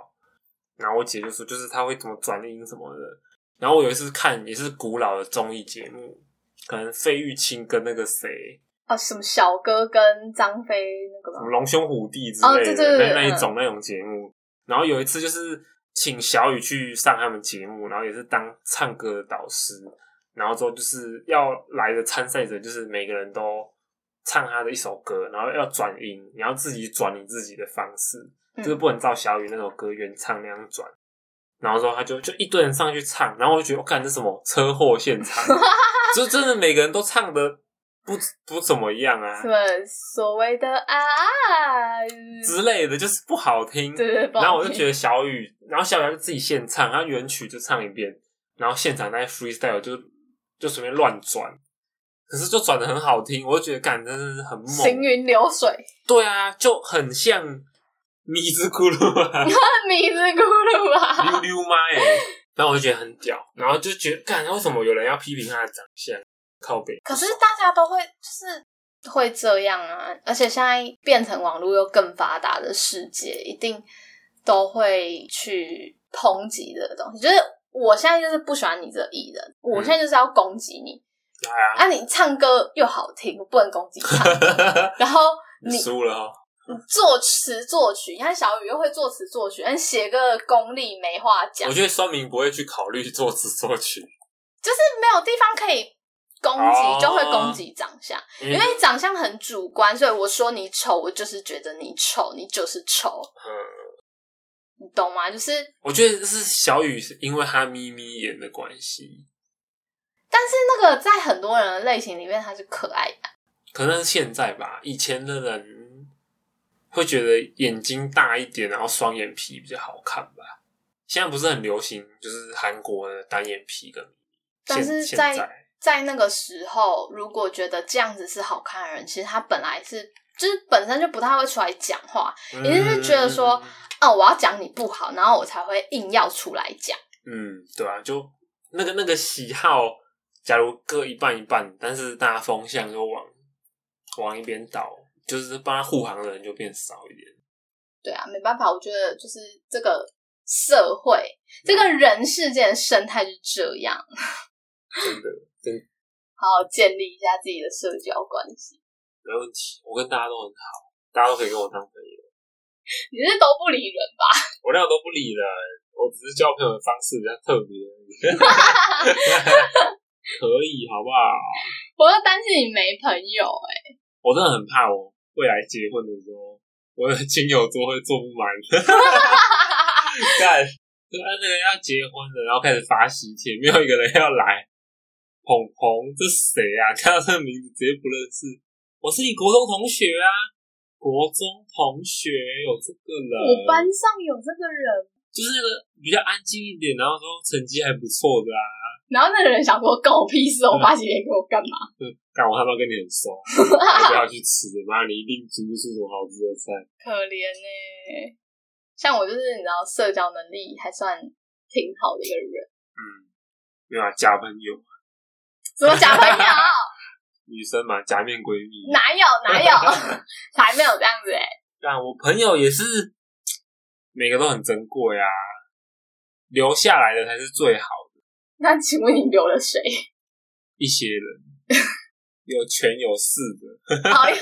然后我姐就说，就是她会怎么转音什么的。然后我有一次看也是古老的综艺节目，可能费玉清跟那个谁，
啊，什么小哥跟张飞那个
什
吗
么？龙兄虎弟之
哦
类的、
对对对
那那一
嗯
种那种节目。然后有一次就是请小雨去上他们节目，然后也是当唱歌的导师。然后之后就是要来的参赛者，就是每个人都唱他的一首歌，然后要转音，你要自己转你自己的方式，
嗯
就是不能照小雨那首歌原唱那样转。然后之后他就就一堆人上去唱，然后我就觉得，我、看这什么车祸现 场，就真的每个人都唱的不不怎么样啊
什，么所谓的啊爱？
之类的，就是不好听。
对对，
然后我就觉
得
得小雨，然后小雨她就自己现唱，她原曲就唱一遍，然后现场那些 freestyle 就就随便乱转，可是就转的很好听，我就觉得感真的是很
行
猛。
云流水，
对啊，就很像咪之咕噜啊，
迷之咕噜
溜
啊！
溜妈哎、然后我就觉得很屌，然后就觉得，干为什么有人要批评他的长相？靠北。
可是大家都会就是会这样啊，而且现在变成网络又更发达的世界，一定都会去抨击这个东西。就是我现在就是不喜欢你这个艺人，我
嗯
现在就是要攻击你。
哎
啊，你唱歌又好听，我不能攻击唱歌。
呀，
然后
你
你
输了哦。
作词作曲，你看小雨又会作词作曲，但写个功力没话讲，
我觉
就是
得双明不会去考虑作词作曲，
没有地方可以攻
哦
击，就会攻击长相，
因
因为长相很主观，所以我说你丑，我就是觉得你丑，你就是丑，
嗯。
你懂吗？就是
我觉得是小雨是因为她眯眯眼的关系，
但是那个在很多人的类型里面，他是可爱的，
可能是现在吧。以前的人会觉得眼睛大一点，然后双眼皮比较好看吧。现在不是很流行，就是韩国的单眼皮跟
但
现
是
现
在
在
在那个时候，如果觉得这样子是好看的人，其实他本来是就是本身就不太会出来讲话，
嗯
一定是觉得说，哦，我要讲你不好，然后我才会硬要出来讲。
嗯，对啊，就那个那个喜好，假如各一半一半，但是大家风向就往往一边倒，就是帮他护航的人就变少一点。
对啊，没办法，我觉得就是这个社会，
嗯
这个人世间的生态就是这样，
真的
好好建立一下自己的社交关系。
没问题。我跟大家都很好，大家都可以跟我当朋友。
你是都不理人吧？
我那个都不理人，我只是交朋友的方式比较特别而已。 可以，好不好？
我就担心你没朋友哎、
我真的很怕我未来结婚的时候，我的亲友桌会坐不满。 干，就啊，那个要结婚了，然后开始发喜帖，没有一个人要来。鹏鹏，这谁啊？看到这个名字直接不认识。我是你国中同学啊，国中同学有这个人，
我班上有这个人，
就是那个比较安静一点，然后说成绩还不错的啊。
然后那个人想说关我屁事，我发起给我干嘛？
就干我他妈跟你很熟，要不要去吃？妈，你一定煮不出什么好吃的菜。
可怜欸呢、像我就是你知道，社交能力还算挺好的一个人，
嗯，没有啊，假朋友，
怎么假朋友？
女生嘛，假面闺蜜。
哪有哪有，才没有这样子哎、
但我朋友也是，每个都很珍贵啊，留下来的才是最好的。
那请问你留了谁？
一些人有权有势的，
好呀，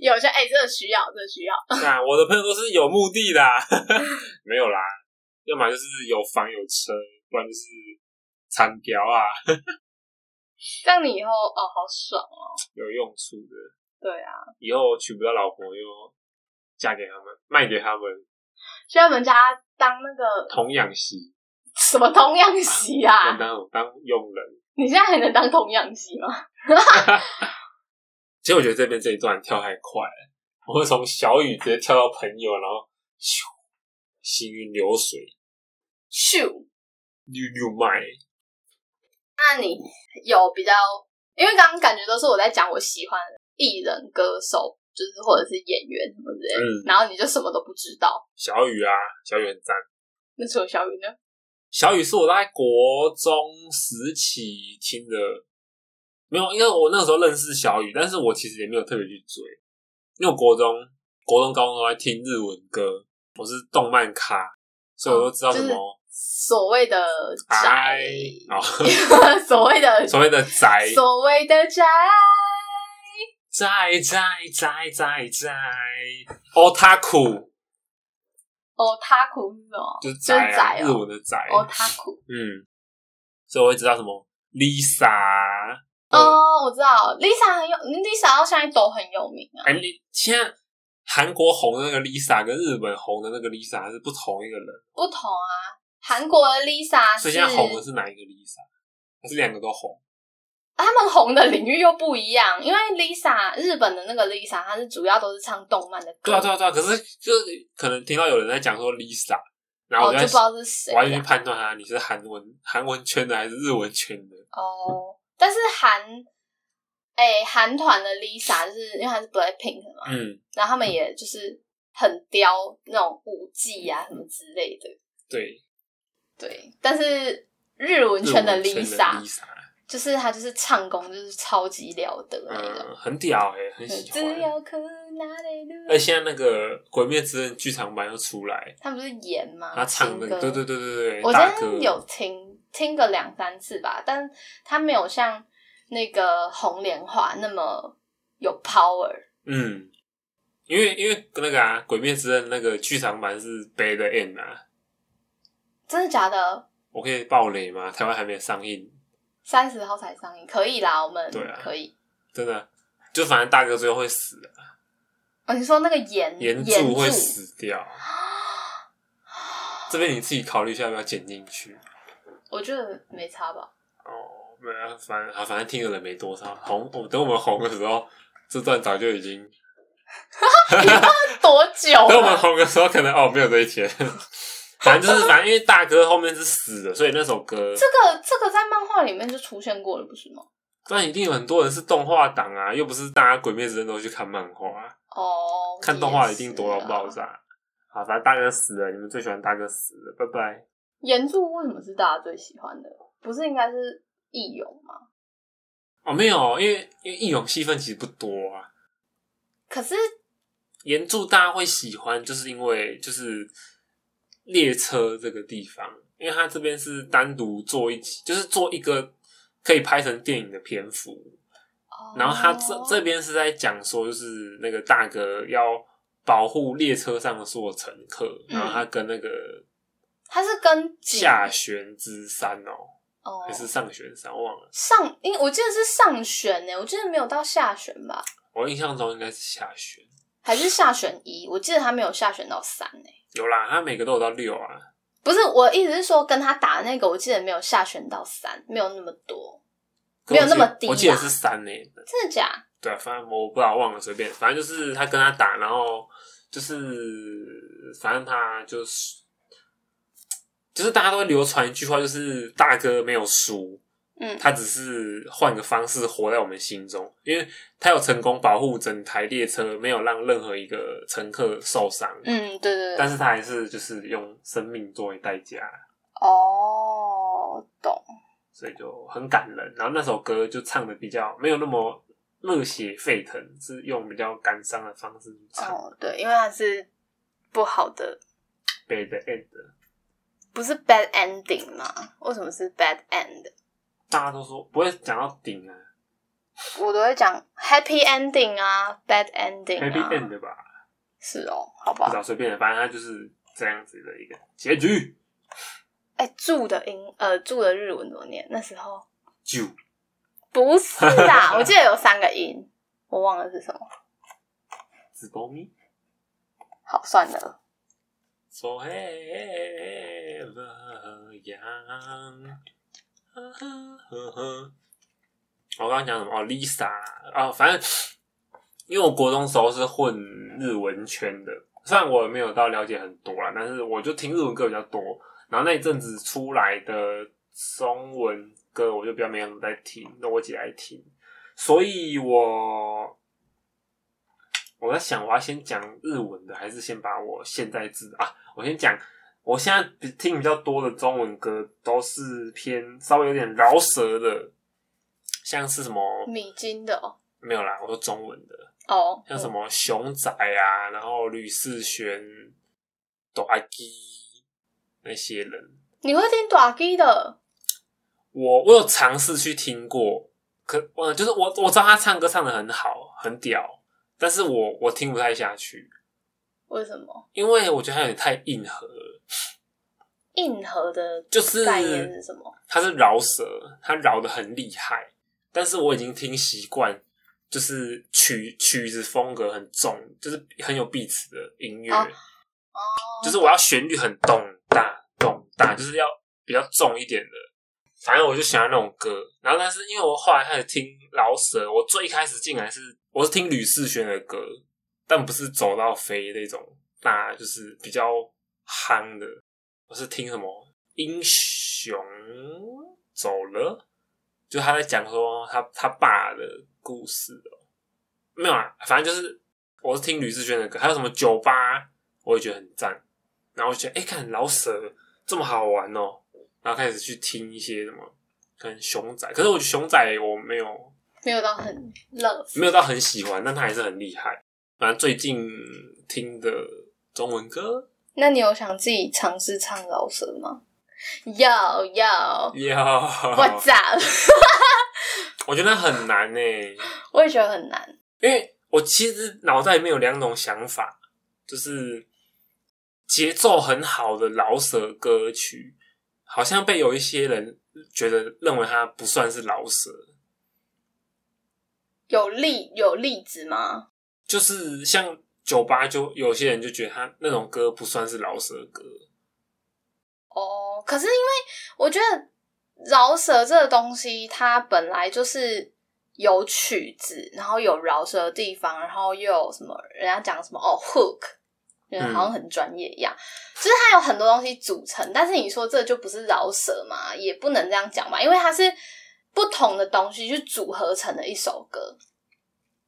有些哎、这个需要，这个需要。
但我的朋友都是有目的的啊、没有啦，要么就是有房有车，不然就是产条啊，
这样你以后哦，好爽哦。
有用处的。
对啊，
以后娶不到老婆又嫁给他们，卖给他们，
去他们家当那个
童养媳，
什么童养媳
当
啊？
当当佣人。
你现在还能当童养媳吗？
其实我觉得这边这一段跳太快了，我会从小雨直接跳到朋友，然后咻，行云流水，
咻，
溜溜麦。
那你有比较，因为刚刚感觉都是我在讲我喜欢的艺人、歌手，就是或者是演员什么之类的，
嗯，
然后你就什么都不知道。
小雨啊，小雨很赞。
那除了小雨呢？
小雨是我大概国中时期听的，没有，因为我那时候认识小雨，但是我其实也没有特别去追，因为我国中、国中、高中都在听日文歌，我是动漫咖，所以我都知道什么
所谓的宅
宅，，哦，
所谓的
所谓的宅
所谓的宅，
宅宅宅宅宅，otaku
哦，他苦是什么？
就是宅啊，
就是宅
日
哦
文的宅，
哦，他苦。
嗯，所以我会知道什么 Lisa 啊。
哦，我知道，Lisa 很有，Lisa 到现在都很有名啊。
哎、你现在韩国红的那个 Lisa 跟日本红的那个 Lisa 是不同一个人，
不同啊，韩国的 Lisa
所以
啊是
现在红的是哪一个 Lisa？还是两个都红？
他们红的领域又不一样，因为 Lisa 日本的那个 Lisa，她是主要都是唱动漫的歌，
对啊，对啊，对啊。可是就是可能听到有人在讲说 Lisa，然后
哦，
我就
就
在、
不知道是谁
我还去
啊、
判断啊，你是韩文韩文圈的还是日文圈的？
哦，但是韩。哎、韩团的 Lisa 就是因为她是 Blackpink 嘛，
嗯，
然后他们也就是很雕那种舞技啊什么之类的，
对，
对。但是日文圈的
日文圈
Lisa，
Lisa，
就是她就是唱功就是超级了得那种。
嗯，很屌哎、很喜
只
欢。哎
有苦哪里路
而现在那个《鬼灭之刃》剧场版又出来，
他们不是演吗？
他唱那
啊新歌
个，对对对对对，
我
大
真
哥
的有听听个两三次吧，但他没有像那个红莲华那么有 power。
嗯，因为因为那个啊，《鬼灭之刃》那个剧场版是 Bad End 啊，
真的假的？
我可以爆雷吗？台湾还没有上映，
三十号才上映，可以啦，我们
对啊
可以。
真的，就反正大哥最后会死的，
哦，你说那个岩
岩
岩
柱会死掉。这边你自己考虑一下要不要剪进去
我觉得没差吧。
哦。没有，反正啊，反正听的人没多少，红，我等我们红的时候，这段早就已经，
多久
等我们
啊？
红的时候，可能哦没有这一天。 反正就是，反正因为大哥后面是死的，所以那首歌
这个这个在漫画里面就出现过了，不是吗？
但一定有很多人是动画党啊，又不是大家《鬼灭之刃》都去看漫画啊、
哦，
看动画
也
一定
是
多到
啊
爆。炸。好，反正大哥死了，你们最喜欢大哥死了，拜拜。
岩柱为什么是大家最喜欢的？不是应该是义勇吗？
哦，没有，因为因为义勇戏份其实不多啊，
可是
岩柱大家会喜欢，就是因为就是列车这个地方，因为它这边是单独做一集，就是做一个可以拍成电影的篇幅。
哦
然后他这这边是在讲说，就是那个大哥要保护列车上的所有乘客，
嗯
然后他跟那个
他是跟几
下旋之山哦、
哦
还是上旋山，忘了。
上，因为我记得是上旋呢、欸我记得没有到下旋吧，
我印象中应该是下旋。
还是下旋一，我记得他没有下旋到三呢、
有啦，他每个都有到六啊。
不是，我意思是说跟他打的那个，我记得没有下旋到三，没有那么多，
可我记
没有
得
那么低啊
我记得是三呢、欸
真的假？
对啊，反正我不知道忘了，随便，反正就是他跟他打，然后就是反正他就是就是大家都会流传一句话，就是大哥没有输，
嗯
他只是换个方式活在我们心中，因为他有成功保护整台列车，没有让任何一个乘客受伤。
嗯，对对对，
但是他还是就是用生命作为代价，
哦，懂，
所以就很感人。然后那首歌就唱的比较没有那么热血沸腾，是用比较感伤的方式去唱。
哦，对，因为他是不好的，
Bad End，
不是 bad ending 吗？为什么是 bad end？
大家都说不会讲到顶啊
我都会讲 happy ending 啊，bad ending 啊
，Happy End 吧，
是哦，好
不
吧
知。道随便的，反正他就是这样子的一个结局。
哎、住的英呃住的日文怎么念？那时候
九
不是 啦，我记得有三个音，我忘了是什么。
子波咪，
好，算了。
So ever young。我刚刚讲什么？哦，Lisa 啊、反正因为我国中的时候是混日文圈的，虽然我没有到了解很多啦，但是我就听日文歌比较多。然后那一阵子出来的中文歌，我就比较没有在听，那我姐爱听，所以我我在想，我要先讲日文的，还是先把我现在知啊？我先讲，我现在比听比较多的中文歌都是偏稍微有点饶舌的，像是什么
米津的哦，
没有啦，我说中文的，
哦，
像什么熊仔啊，然后吕世璇、哆阿基那些人，
你会听短 K 的？
我我有尝试去听过，可我就是我我知道他唱歌唱的很好，很屌，但是我我听不太下去，
为什么？
因为我觉得他有点太硬核了，
硬核的
就是
概念是什么？
他是饶舌，他饶的很厉害，但是我已经听习惯，就是曲曲子风格很重，就是很有 beats 的音乐，
哦
就是我要旋律很咚大咚大，就是要比较重一点的。反正我就喜欢那种歌，然后但是因为我后来开始听饶舌，我最一开始进来是我是听吕世轩的歌，但不是走到飞那种，那就是比较夯的。我是听什么英雄走了，就他在讲说他他爸的故事哦、没有啦，反正就是我是听吕志轩的歌，还有什么酒吧，我也觉得很赞。然后我就觉得哎，诶看老舍这么好玩哦、然后开始去听一些什么，可能熊仔，可是我觉得熊仔我没有
没有到很 love。
没有到很喜欢，但他还是很厉害。反正最近听的中文歌
那你有想自己尝试唱饶舌吗？要要，
有，
我咋？
我觉得很难欸呢、
我也觉得很难。
因为我其实脑袋里面有两种想法，就是节奏很好的饶舌歌曲，好像被有一些人觉得认为它不算是饶舌，
有例有例子吗？
就是像酒吧就有些人就觉得他那种歌不算是饶舌歌，
哦，可是因为我觉得饶舌这个东西，它本来就是有曲子，然后有饶舌的地方，然后又有什么人家讲什么哦 hook，觉得好像很专业一样。就是它有很多东西组成，但是你说这就不是饶舌嘛，也不能这样讲吧，因为它是不同的东西去组合成的一首歌。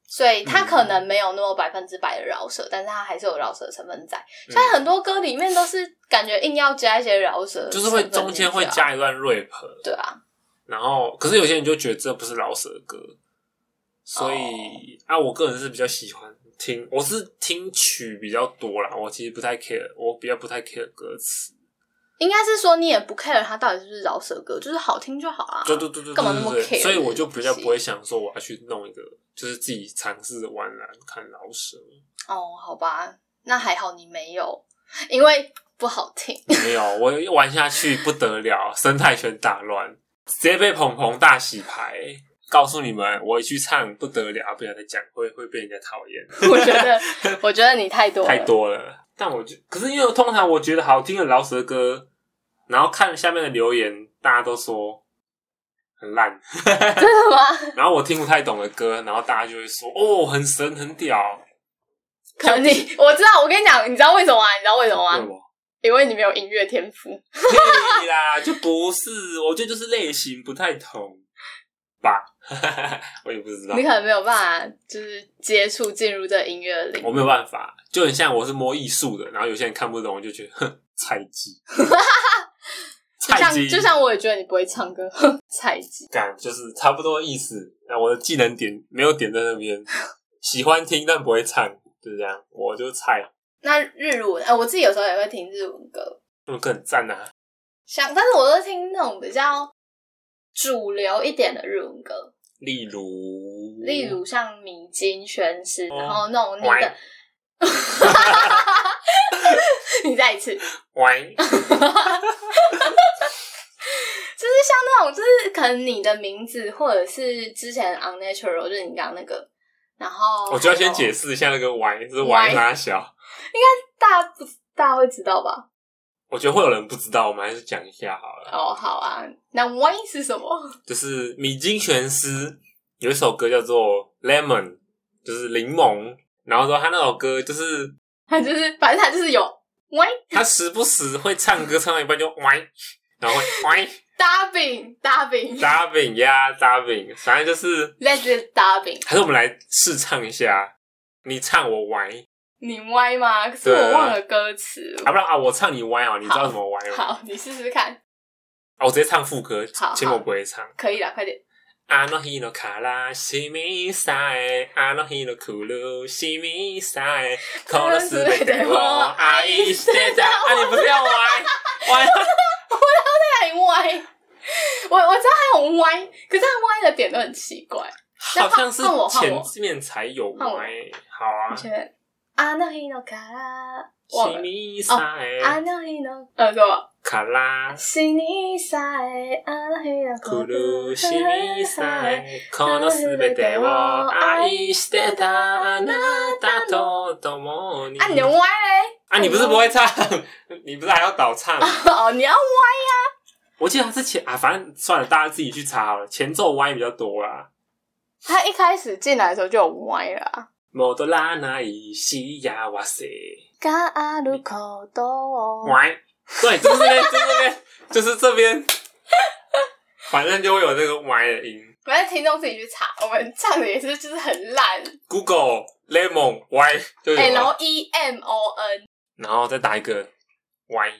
所以它可能没有那么百分之百的饶舌，但是它还是有饶舌的成分在。
嗯
现在很多歌里面都是感觉硬要加一些饶舌，
嗯就是会中间会，加一段 rap，
啊对啊，
然后可是
哦
有些人就觉得这不是饶舌歌，所以、啊，我个人是比较喜欢听，我是听曲比较多啦，我其实不太 care，我比较不太 care 歌词。
应该是说你也不 care 它到底是不是饶舌歌，就是好听就好啊。
对对对对对
干嘛那么
对对
care
所以我
这
就
个
比较
东西
不会想说我要去弄一个，就是自己尝试玩来看老舍，
哦，好吧，那还好你没有，因为不好听。
没有，我玩下去不得了，生态圈打乱，直接被鹏鹏大洗牌。告诉你们，我一去唱不得了，不要再讲，会会被人家讨厌。
我 觉得，我觉得你太多了，
太多了。但我就可是因为通常我觉得好听的饶舌歌，然后看下面的留言，大家都说很烂，
真的吗？
然后我听不太懂的歌，然后大家就会说哦很神很屌，
可能你我知道，我跟你讲，你知道为什么吗？你知道为什么
对
吗？
吗？
因为你没有音乐天赋。
对啦，就不是，我觉得就是类型不太同吧， 我也不知道
你，可能没有办法，就是接触进入这个音乐领域
我没有办法，就很像我是摸艺术的，然后有些人看不懂，我就觉得哼菜 鸡，
就
菜
像
鸡
就像我也觉得你不会唱歌， 菜鸡。
感就是差不多意思。那我的技能点没有点在那 边，喜欢听但不会唱，就是这样。我就菜，
那日文，呃，我自己有时候也会听日文歌，
那么更赞啊！
像，但是我都是听那种比较主流一点的日文歌，
例如，
例如像米津玄师，
嗯哦
然后那种那
喂
个， 你再一次，就是
喂，
像那种，就是可能你的名字，或者是之前 unnatural，就是你刚刚那个，然后
我就要
还有
先解释一下那个喂是
喂
喂拉小。
大家不大家会知道吧？
我觉得会有人不知道，我们还是讲一下好了。
哦，好啊，那 why 是什么？
就是米津玄师有一首歌叫做《Lemon》，就是柠檬。然后说他那首歌就是
它就是，反正它就是有 why
他时不时会唱歌，唱到一半就喂，然后会 喂。
大饼大饼
打饼呀，打饼，反正就是，
，let's do 大饼，
还是我们来试唱一下，你唱我歪，
你 why 吗？可是我
对
忘了歌词。
啊不然啊，我唱你歪啊，你知道怎么歪吗？
好，你试试看，
啊，我直接唱副歌
好，
千我不会唱。
可以了，快点。
あの日のからしみさえ、あの日の苦しみさ え、このすべてを愛してた。啊，你不是要歪 歪？
太歪，我我知道还有歪，可是他歪的点都很奇怪。
好像是
换我换
前
我
面才有
换我
歪。好啊，
前面啊，那一诺卡拉，忘
し
了哦
みさ
啊，
え、
那一诺呃什么？
から
西尼塞啊，那一诺卡啊
苦
拉，
しみさえ、このすべてを愛してたあなたと共に。
啊，你的歪嘞？
啊，你不是不 会唱，你不是还要倒唱？
哦，你要歪
我记得他之前啊，反正算了，大家自己去查好了。前奏歪比较多啦。
他一开始进来的时候就有歪了啊。
戻らない幸せ。
嘎阿鲁口哦多，
歪，对，就是这边，就是这边， 就是这边。反正就会有这个歪的音。
反正听众自己去查，我们唱的也是就是很烂。
Google lemon 歪，就有了
L E M O N，
然后再打一个歪，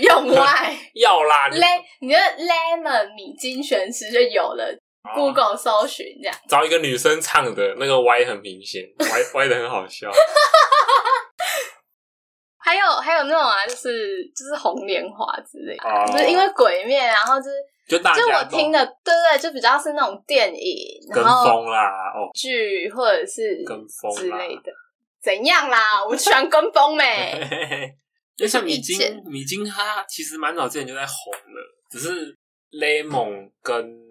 用歪。
要啦，你
Le 你的 lemon 米津玄师就有了，Google
啊
搜寻这样。
找一个女生唱的那个歪很明显，歪 歪的很好笑。
还有还有那种啊，就是就是红莲花之类的，
哦
就是因为鬼面，然后就是
就大
就
家
我
都
听的，对对，就比较是那种电影，
跟
然后
风啦，哦，
剧或者是
跟风
之
啦。
类的。怎样啦？我喜欢跟风欸呗、
嘿嘿
哎
嘿就像米
意见
津，米津他其实蛮早之前就在红了，只是 Lemon 跟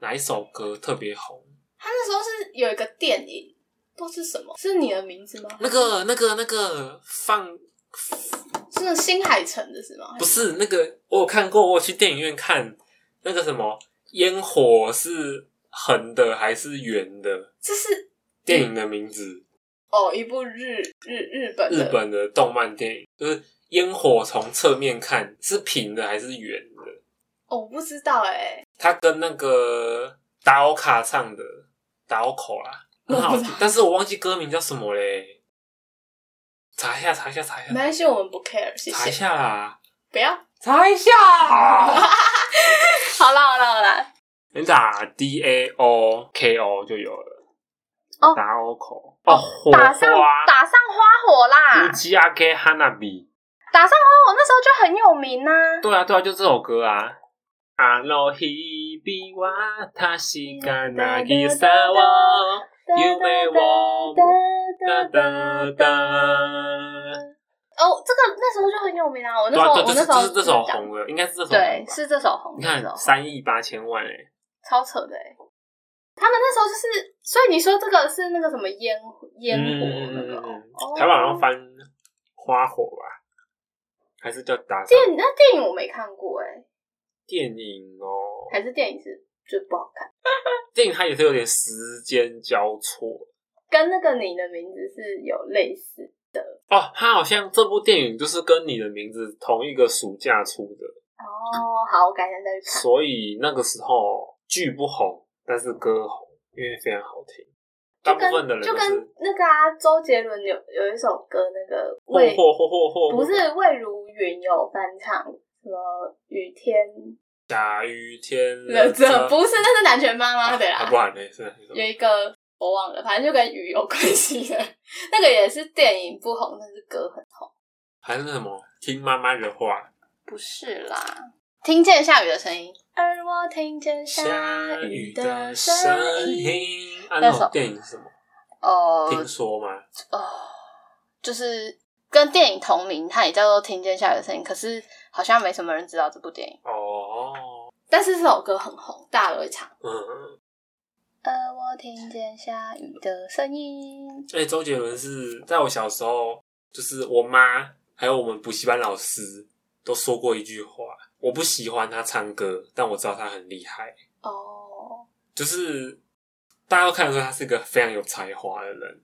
哪一首歌特别红？
他那时候是有一个电影，不知道是什么，是你的名字吗？
那个、那个、那个放
是那新海诚的是吗？
不是那个，我有看过，我有去电影院看那个什么烟火是横的还是圆的？
这是
电影的名字。
哦，一部日日日本
日
的
本的动漫电影，就是烟火从侧面看是平的还是圆的？
哦，我不知道哎、
它跟那个达欧卡唱的达欧口啦，很好听，但是我忘记歌名叫什么嘞。查一下，查一下，查一
没
下，
关系，我们不 care，谢
查一
谢。
下啦，
不要，
查一下。
好啦好啦好啦，
你打 D A O K O 就有了。
哦
打欧口哦，火
打上
花
打上花火啦，
乌吉阿给哈娜比，
打上花火那时候就很有名呐、
对啊对啊，就这首歌啊。阿罗希比瓦塔西嘎那哦吉萨瓦，有没我哒哒哒。
哦，这个那时候就很有名啊！我那
对
时候、
啊，对，
我
就
那
是
时候
就是这首
讲
红了，应该是这首红
对，
吧
是这首红，
你
这首
看
红
三亿八千万哎，
超扯的哎、他们那时候就是，所以你说这个是那个什么烟烟火那个、
嗯
哦，
台湾好像翻花火吧，还是叫打上
电那电影我没看过哎、
电影哦？
还是电影是就不好看，
电影它也是有点时间交错
跟那个你的名字是有类似
哦。它好像这部电影就是跟你的名字同一个暑假出的，
哦。好，我改天再去看。
所以那个时候剧不红，但是歌红，因为非常好听。大
就
部
跟
分的人
就
都
跟
是
那个啊，周杰伦有有一首歌，那个
或
魏
或或或或
不是魏如云有翻唱什么雨天
下雨天
了这
这
不是那是南拳妈妈的
呃啊
啦
不，然呢是那种
有一个我忘了，反正就跟雨有关系的， 那个也是电影不红，但是歌很红。
还是什么听妈妈的话，
不是啦，听见下雨的声音，而我听见下雨的声音。
音。啊，
那
那
首
种电影是什么？
哦
听说吗？
哦，就是跟电影同名，它也叫做《听见下雨的声音》，可是好像没什么人知道这部电影。
哦，
但是这首歌很红，大家都会唱。
嗯，
呃，我听见下雨的声音。
哎，周杰伦是在我小时候，就是我妈还有我们补习班老师都说过一句话，我不喜欢他唱歌，但我知道他很厉害，
哦，
就是大家都看得出他是一个非常有才华的人。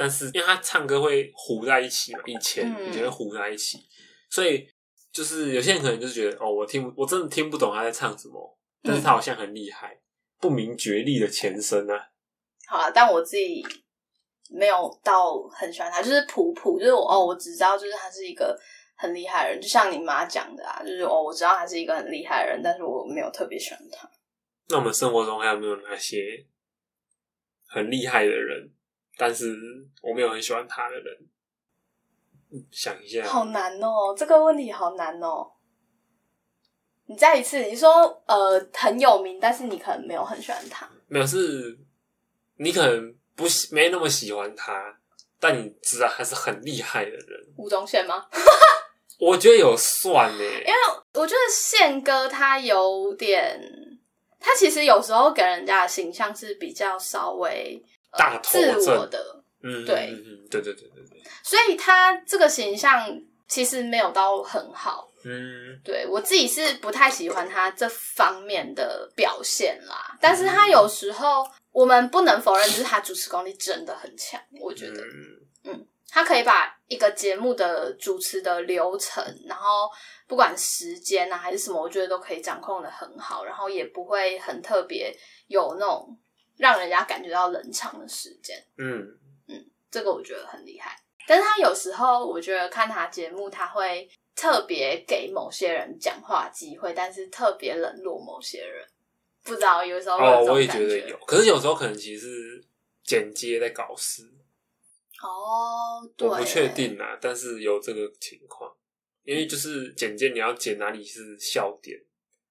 但是因为他唱歌会糊在一起嘛，以前
嗯
以前会糊在一起，所以就是有些人可能就觉得哦，我听不我真的听不懂他在唱什么，但是他好像很厉害，不明觉厉的前身啊，
好啦，但我自己没有到很喜欢他，就是普普，就是我哦，我只知道就是他是一个很厉害的人，就像你妈讲的啊，就是哦，我知道他是一个很厉害的人，但是我没有特别喜欢他。
那我们生活中还有没有哪些很厉害的人，但是我没有很喜欢他的人？嗯想一下，
好难哦，这个问题好难哦。你再一次，你说呃很有名，但是你可能没有很喜欢他，
没有是，你可能不喜没那么喜欢他，但你知道他是很厉害的人。
吴宗宪吗？
我觉得有算呢、
我觉得宪哥他有点，他其实有时候给人家的形象是比较稍微、呃
大头症
自我的，
嗯，
对
嗯，嗯对对对对对，
所以他这个形象其实没有到很好。
嗯，
对我自己是不太喜欢他这方面的表现啦，但是他有时候我们不能否认，就是他主持功力真的很强，我觉得。
嗯
他可以把一个节目的主持的流程，然后不管时间啊还是什么，我觉得都可以掌控的很好，然后也不会很特别有那种让人家感觉到冷场的时间，
嗯，
这个我觉得很厉害。但是他有时候我觉得看他节目，他会特别给某些人讲话机会，但是特别冷落某些人，不知道有时候会
哦
有，这
我
种
也
感
觉得有，可是有时候可能其实是剪接在搞事，
哦，对，
我不确定啊，但是有这个情况，因为就是简介你要剪哪里是笑点，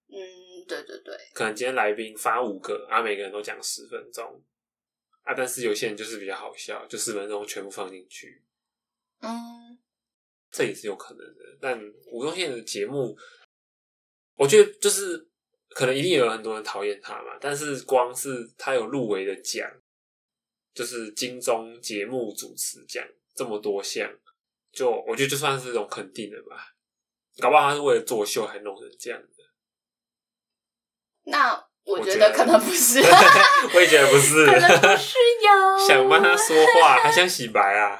嗯，对对对，
可能今天来宾发五个，啊，每个人都讲十分钟，啊，但是有些人就是比较好笑，就十分钟全部放进去，
嗯。
这也是有可能的。但吴宗宪的节目，我觉得就是可能一定有很多人讨厌他嘛，但是光是他有入围的奖，就是金钟节目主持奖这么多项，就我觉得就算是一种肯定了吧。搞不好他是为了作秀还弄成这样的，
那我
我
觉
觉
得
得
可能不 是，
我也觉得不是，
可能不 是哟。
想帮他说话，还想洗白啊？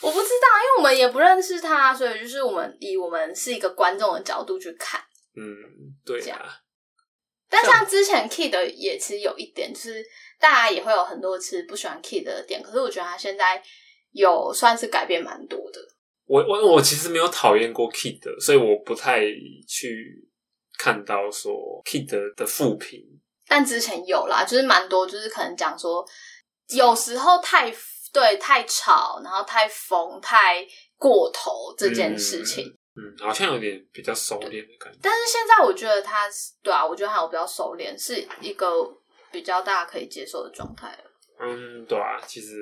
我不知道，因为我们也不认识他，所以就是我们以我们是一个观众的角度去看。
嗯，对
这样
啊，
但像之前 Kid 的也其实有一点，就是大家也会有很多次不喜欢 Kid 的点，可是我觉得他现在有算是改变蛮多的。
我我我其实没有讨厌过 Kid，的所以我不太去看到说 Kid 的负评。
但之前有啦，就是蛮多，就是可能讲说有时候太对太吵，然后太疯、太过头这件事情。
嗯，好像有点比较收敛的感觉。
但是现在我觉得他是对啊，我觉得还有比较熟练，是一个比较大家可以接受的状态了。
嗯，对啊，其实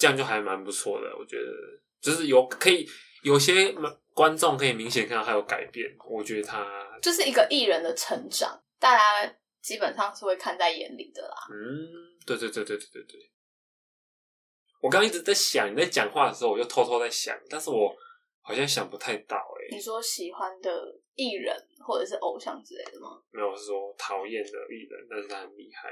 这样就还蛮不错的，我觉得就是有可以有些观众可以明显看到他有改变，我觉得他
就是一个艺人的成长，大家基本上是会看在眼里的啦。
嗯，对对对对对对对。我刚刚一直在想你在讲话的时候，我就偷偷在想，但是我好像想不太到哎、
你说喜欢的艺人或者是偶像之类的吗？
没有是说讨厌的艺人，但是他很厉害。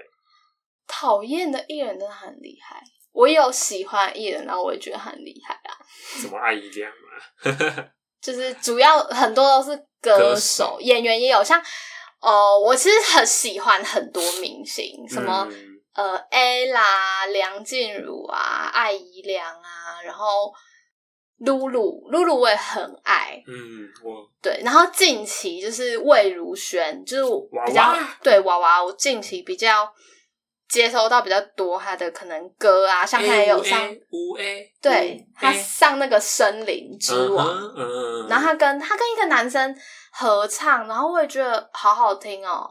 讨厌的艺人真的很厉害，我也有喜欢的艺人，然后我也觉得很厉害啊。
什么爱一亮啊？
就是主要很多都是歌
歌
手
手、
演员也有，像哦、我其实很喜欢很多明星， 什么、
嗯
呃 A 啦、梁静茹啊、艾怡良啊，然后露露，露露我也很爱，
嗯，我
对。然后近期就是魏如萱，就是我
娃娃
比较对娃娃，我近期比较接收到比较多她的可能歌啊，像她也有
哎
上，
五 A，
对她上那个《森林之王》
哎嗯哼嗯，
然后他跟他跟一个男生合唱，然后我也觉得好好听哦。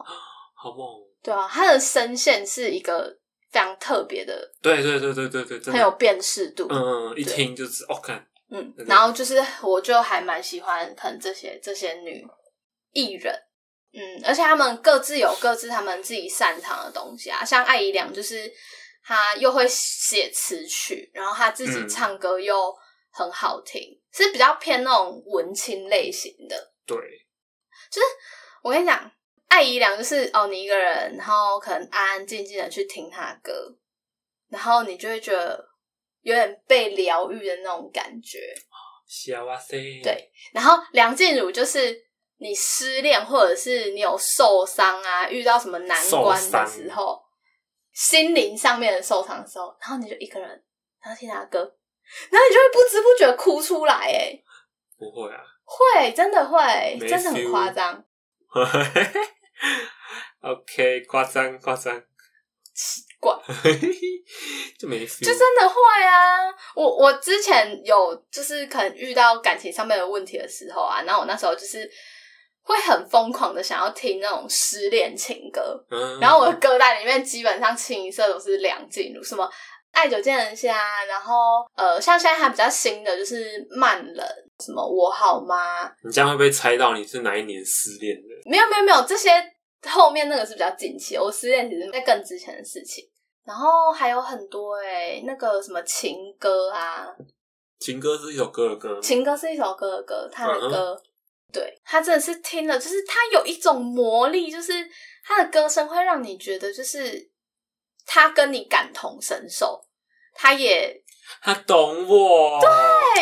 好猛，
对啊，他的声线是一个非常特别的，
对对对对对对，真
很
的
有辨识度。
嗯，一听就是哦，看
嗯
真的
然后就是我就还蛮喜欢可能这些这些女艺人，嗯，而且他们各自有各自他们自己擅长的东西啊，像艾怡良就是她又会写词曲，然后她自己
嗯
唱歌又很好听，是比较偏那种文青类型的。
对，
我跟你讲，爱姨良就是哦，你一个人，然后可能安安静静的去听他的歌，然后你就会觉得有点被疗愈的那种感觉。
幸せ，
对，然后梁静茹就是你失恋或者是你有受伤啊，遇到什么难关的时候，心灵上面的受伤的时候，然后你就一个人，然后听他的歌，然后你就会不知不觉哭出来、欸，哎，
不会啊，
会，真的会，
没
真的很
feel
夸张。
OK，夸张夸张，
怪，
就没 feel，
就真的会啊！我我之前有就是可能遇到感情上面的问题的时候啊，然后我那时候就是会很疯狂的想要听那种失恋情歌，
嗯，
然后我的歌单里面基本上清一色都是梁静茹，什么《爱久见人心》啊，然后呃，像现在还比较新的就是《慢冷》，什么《我好吗》，
你这样会不会猜到你是哪一年失恋的？
没有没有没有，这些后面那个是比较近期，我失恋其实在更之前的事情。然后还有很多哎、那个什么情歌啊，
情歌是一首歌的歌吗，
情歌是一首歌的歌，他的
嗯哼
歌，对他真的是听了，就是他有一种魔力，就是他的歌声会让你觉得，就是他跟你感同身受，他也
他懂我，对，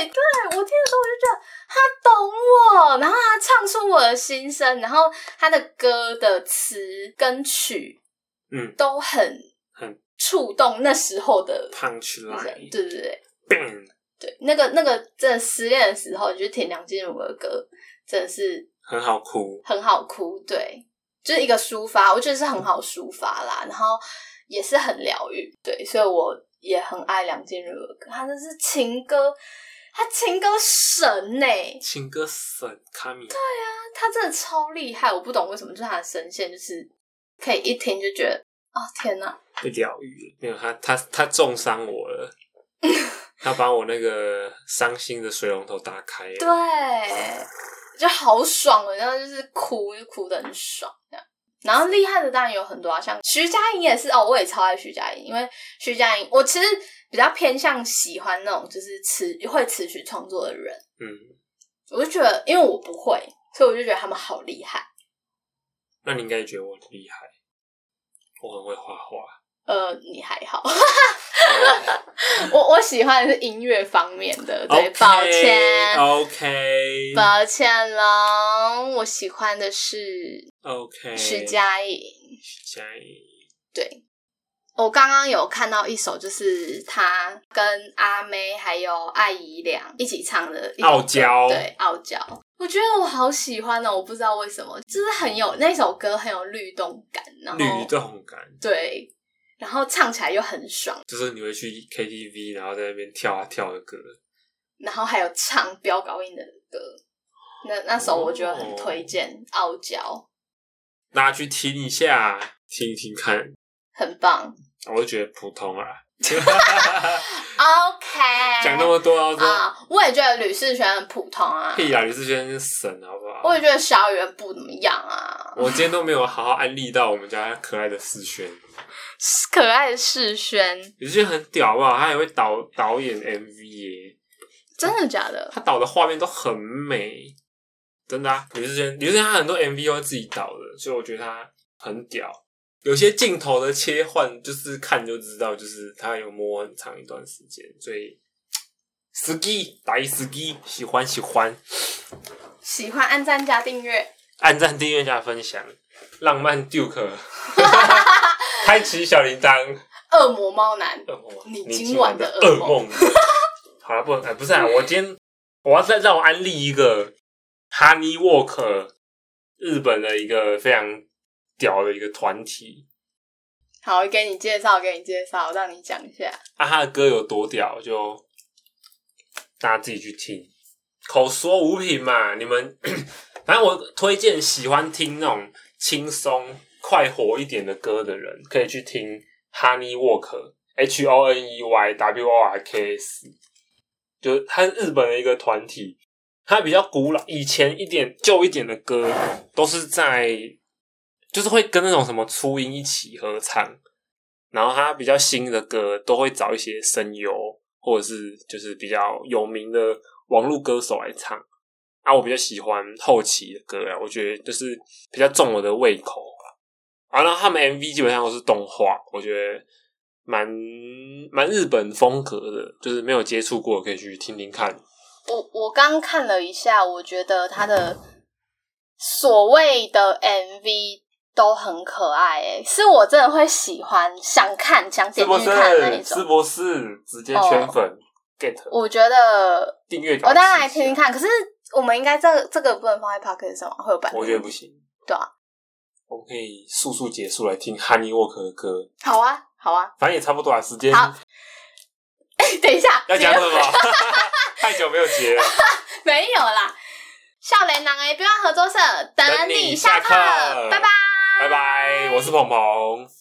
对对，我听的时候我就觉得他懂我，然后他唱出我的心声，然后他的歌的词跟曲
嗯
都很
很
触动那时候的
，punch
人，
line，
对对对。
bang，
对，那个那个真的失恋的时候，你就听梁静茹的歌，真的是
很好哭，
很好哭，对，就是一个抒发，我觉得是很好抒发啦，然后也是很疗愈，对，所以我也很爱梁静茹的歌，她真是情歌，她情歌神呢、
情歌神卡米，
她真的超厉害，我不懂为什么，就是她的声线就是可以一听就觉得，哦天哪，
被疗愈了，没有他他他重伤我 了，他把我那个伤心的水龙头打开了，
对，就好爽了，然后就是哭，就哭的很爽这样。然后厉害的当然有很多啊，像徐佳莹也是哦，我也超爱徐佳莹，因为徐佳莹我其实比较偏向喜欢那种就是词会词曲创作的人，
嗯，
我就觉得因为我不会，所以我就觉得他们好厉害。
那你应该觉得我很厉害，我很会画画，
呃，你还好， 我我喜欢的是音乐方面的， 对抱歉。
，OK，
抱歉喽，我喜欢的是
OK，
徐佳莹。
徐佳莹，
对，我刚刚有看到一首，就是他跟阿妹还有艾怡良一起唱的一首歌
傲娇
对，傲娇。我觉得我好喜欢哦，我不知道为什么，就是很有那首歌很有律动感，然后
律动感，
对，然后唱起来又很爽，
就是你会去 KTV，然后在那边跳啊跳的歌。
然后还有唱飙高音的歌。那那首我觉得很推荐，傲娇
大家去听一下，听一听看，
很棒。
我就觉得普通 啊。
OK，
讲那么多，然后说
啊，我也觉得吕世轩很普通啊，
屁啊，你是轩是神好不好
我？也觉得小圆不怎么样啊，
我今天都没有好好安利到我们家可爱的世轩，
可爱的世轩，
李世轩很屌好不好？他也会导导演 MV 耶，
真的假的？
他导的画面都很美，真的啊！李世轩，李世轩他很多 MV 都是自己导的，所以我觉得他很屌。有些镜头的切换，就是看就知道，就是他有摸很长一段时间，所以 ski 打一 ski 喜欢喜欢，
喜欢按赞加订阅，
按赞、订阅、加分享，浪漫 Duke，开启小铃铛，
恶魔猫男，
噩梦啊
你
你
今晚的
噩
噩
梦。好了，不，哎、不是啊，我今天我要再让我安利一个 Honey Walk，日本的一个非常屌的一个团体。
好，给你介绍，给你介绍，让你讲一下。
啊，他的歌有多屌，就大家自己去听。口说无凭嘛，你们，反正我推荐喜欢听那种轻松快活一点的歌的人，可以去听 Honey Walk H O N E Y W O R K S，就是他是日本的一个团体，他比较古老，以前一点旧一点的歌都是在，就是会跟那种什么初音一起合唱，然后他比较新的歌都会找一些声优或者是就是比较有名的网络歌手来唱。啊，我比较喜欢后期的歌啊，我觉得就是比较重我的胃口啊。啊，然后他们 MV 基本上都是动画，我觉得蛮蛮日本风格的，就是没有接触过可以去听听看。
我我刚看了一下，我觉得他的所谓的 MV 都很可爱、欸，是我真的会喜欢，想看，想
是
点
不
进
是
去看那一？
是
种。
不是直接圈粉、get
我觉得
订阅？
我当然来听听，看，可是我们应该这这个不能放在 Pocket 上吗，会有版权。
我觉得不行。
对啊，
我们可以速速结束来听 Honey Walk 的歌。
好啊，好啊。
反正也差不多啦，时间
好等一下，
要讲
结
什 么？太久没有结了，
没有啦。笑脸男 A 标合作社等
等你
你
下
下
课
课，拜拜。
拜拜，我是鹏鹏。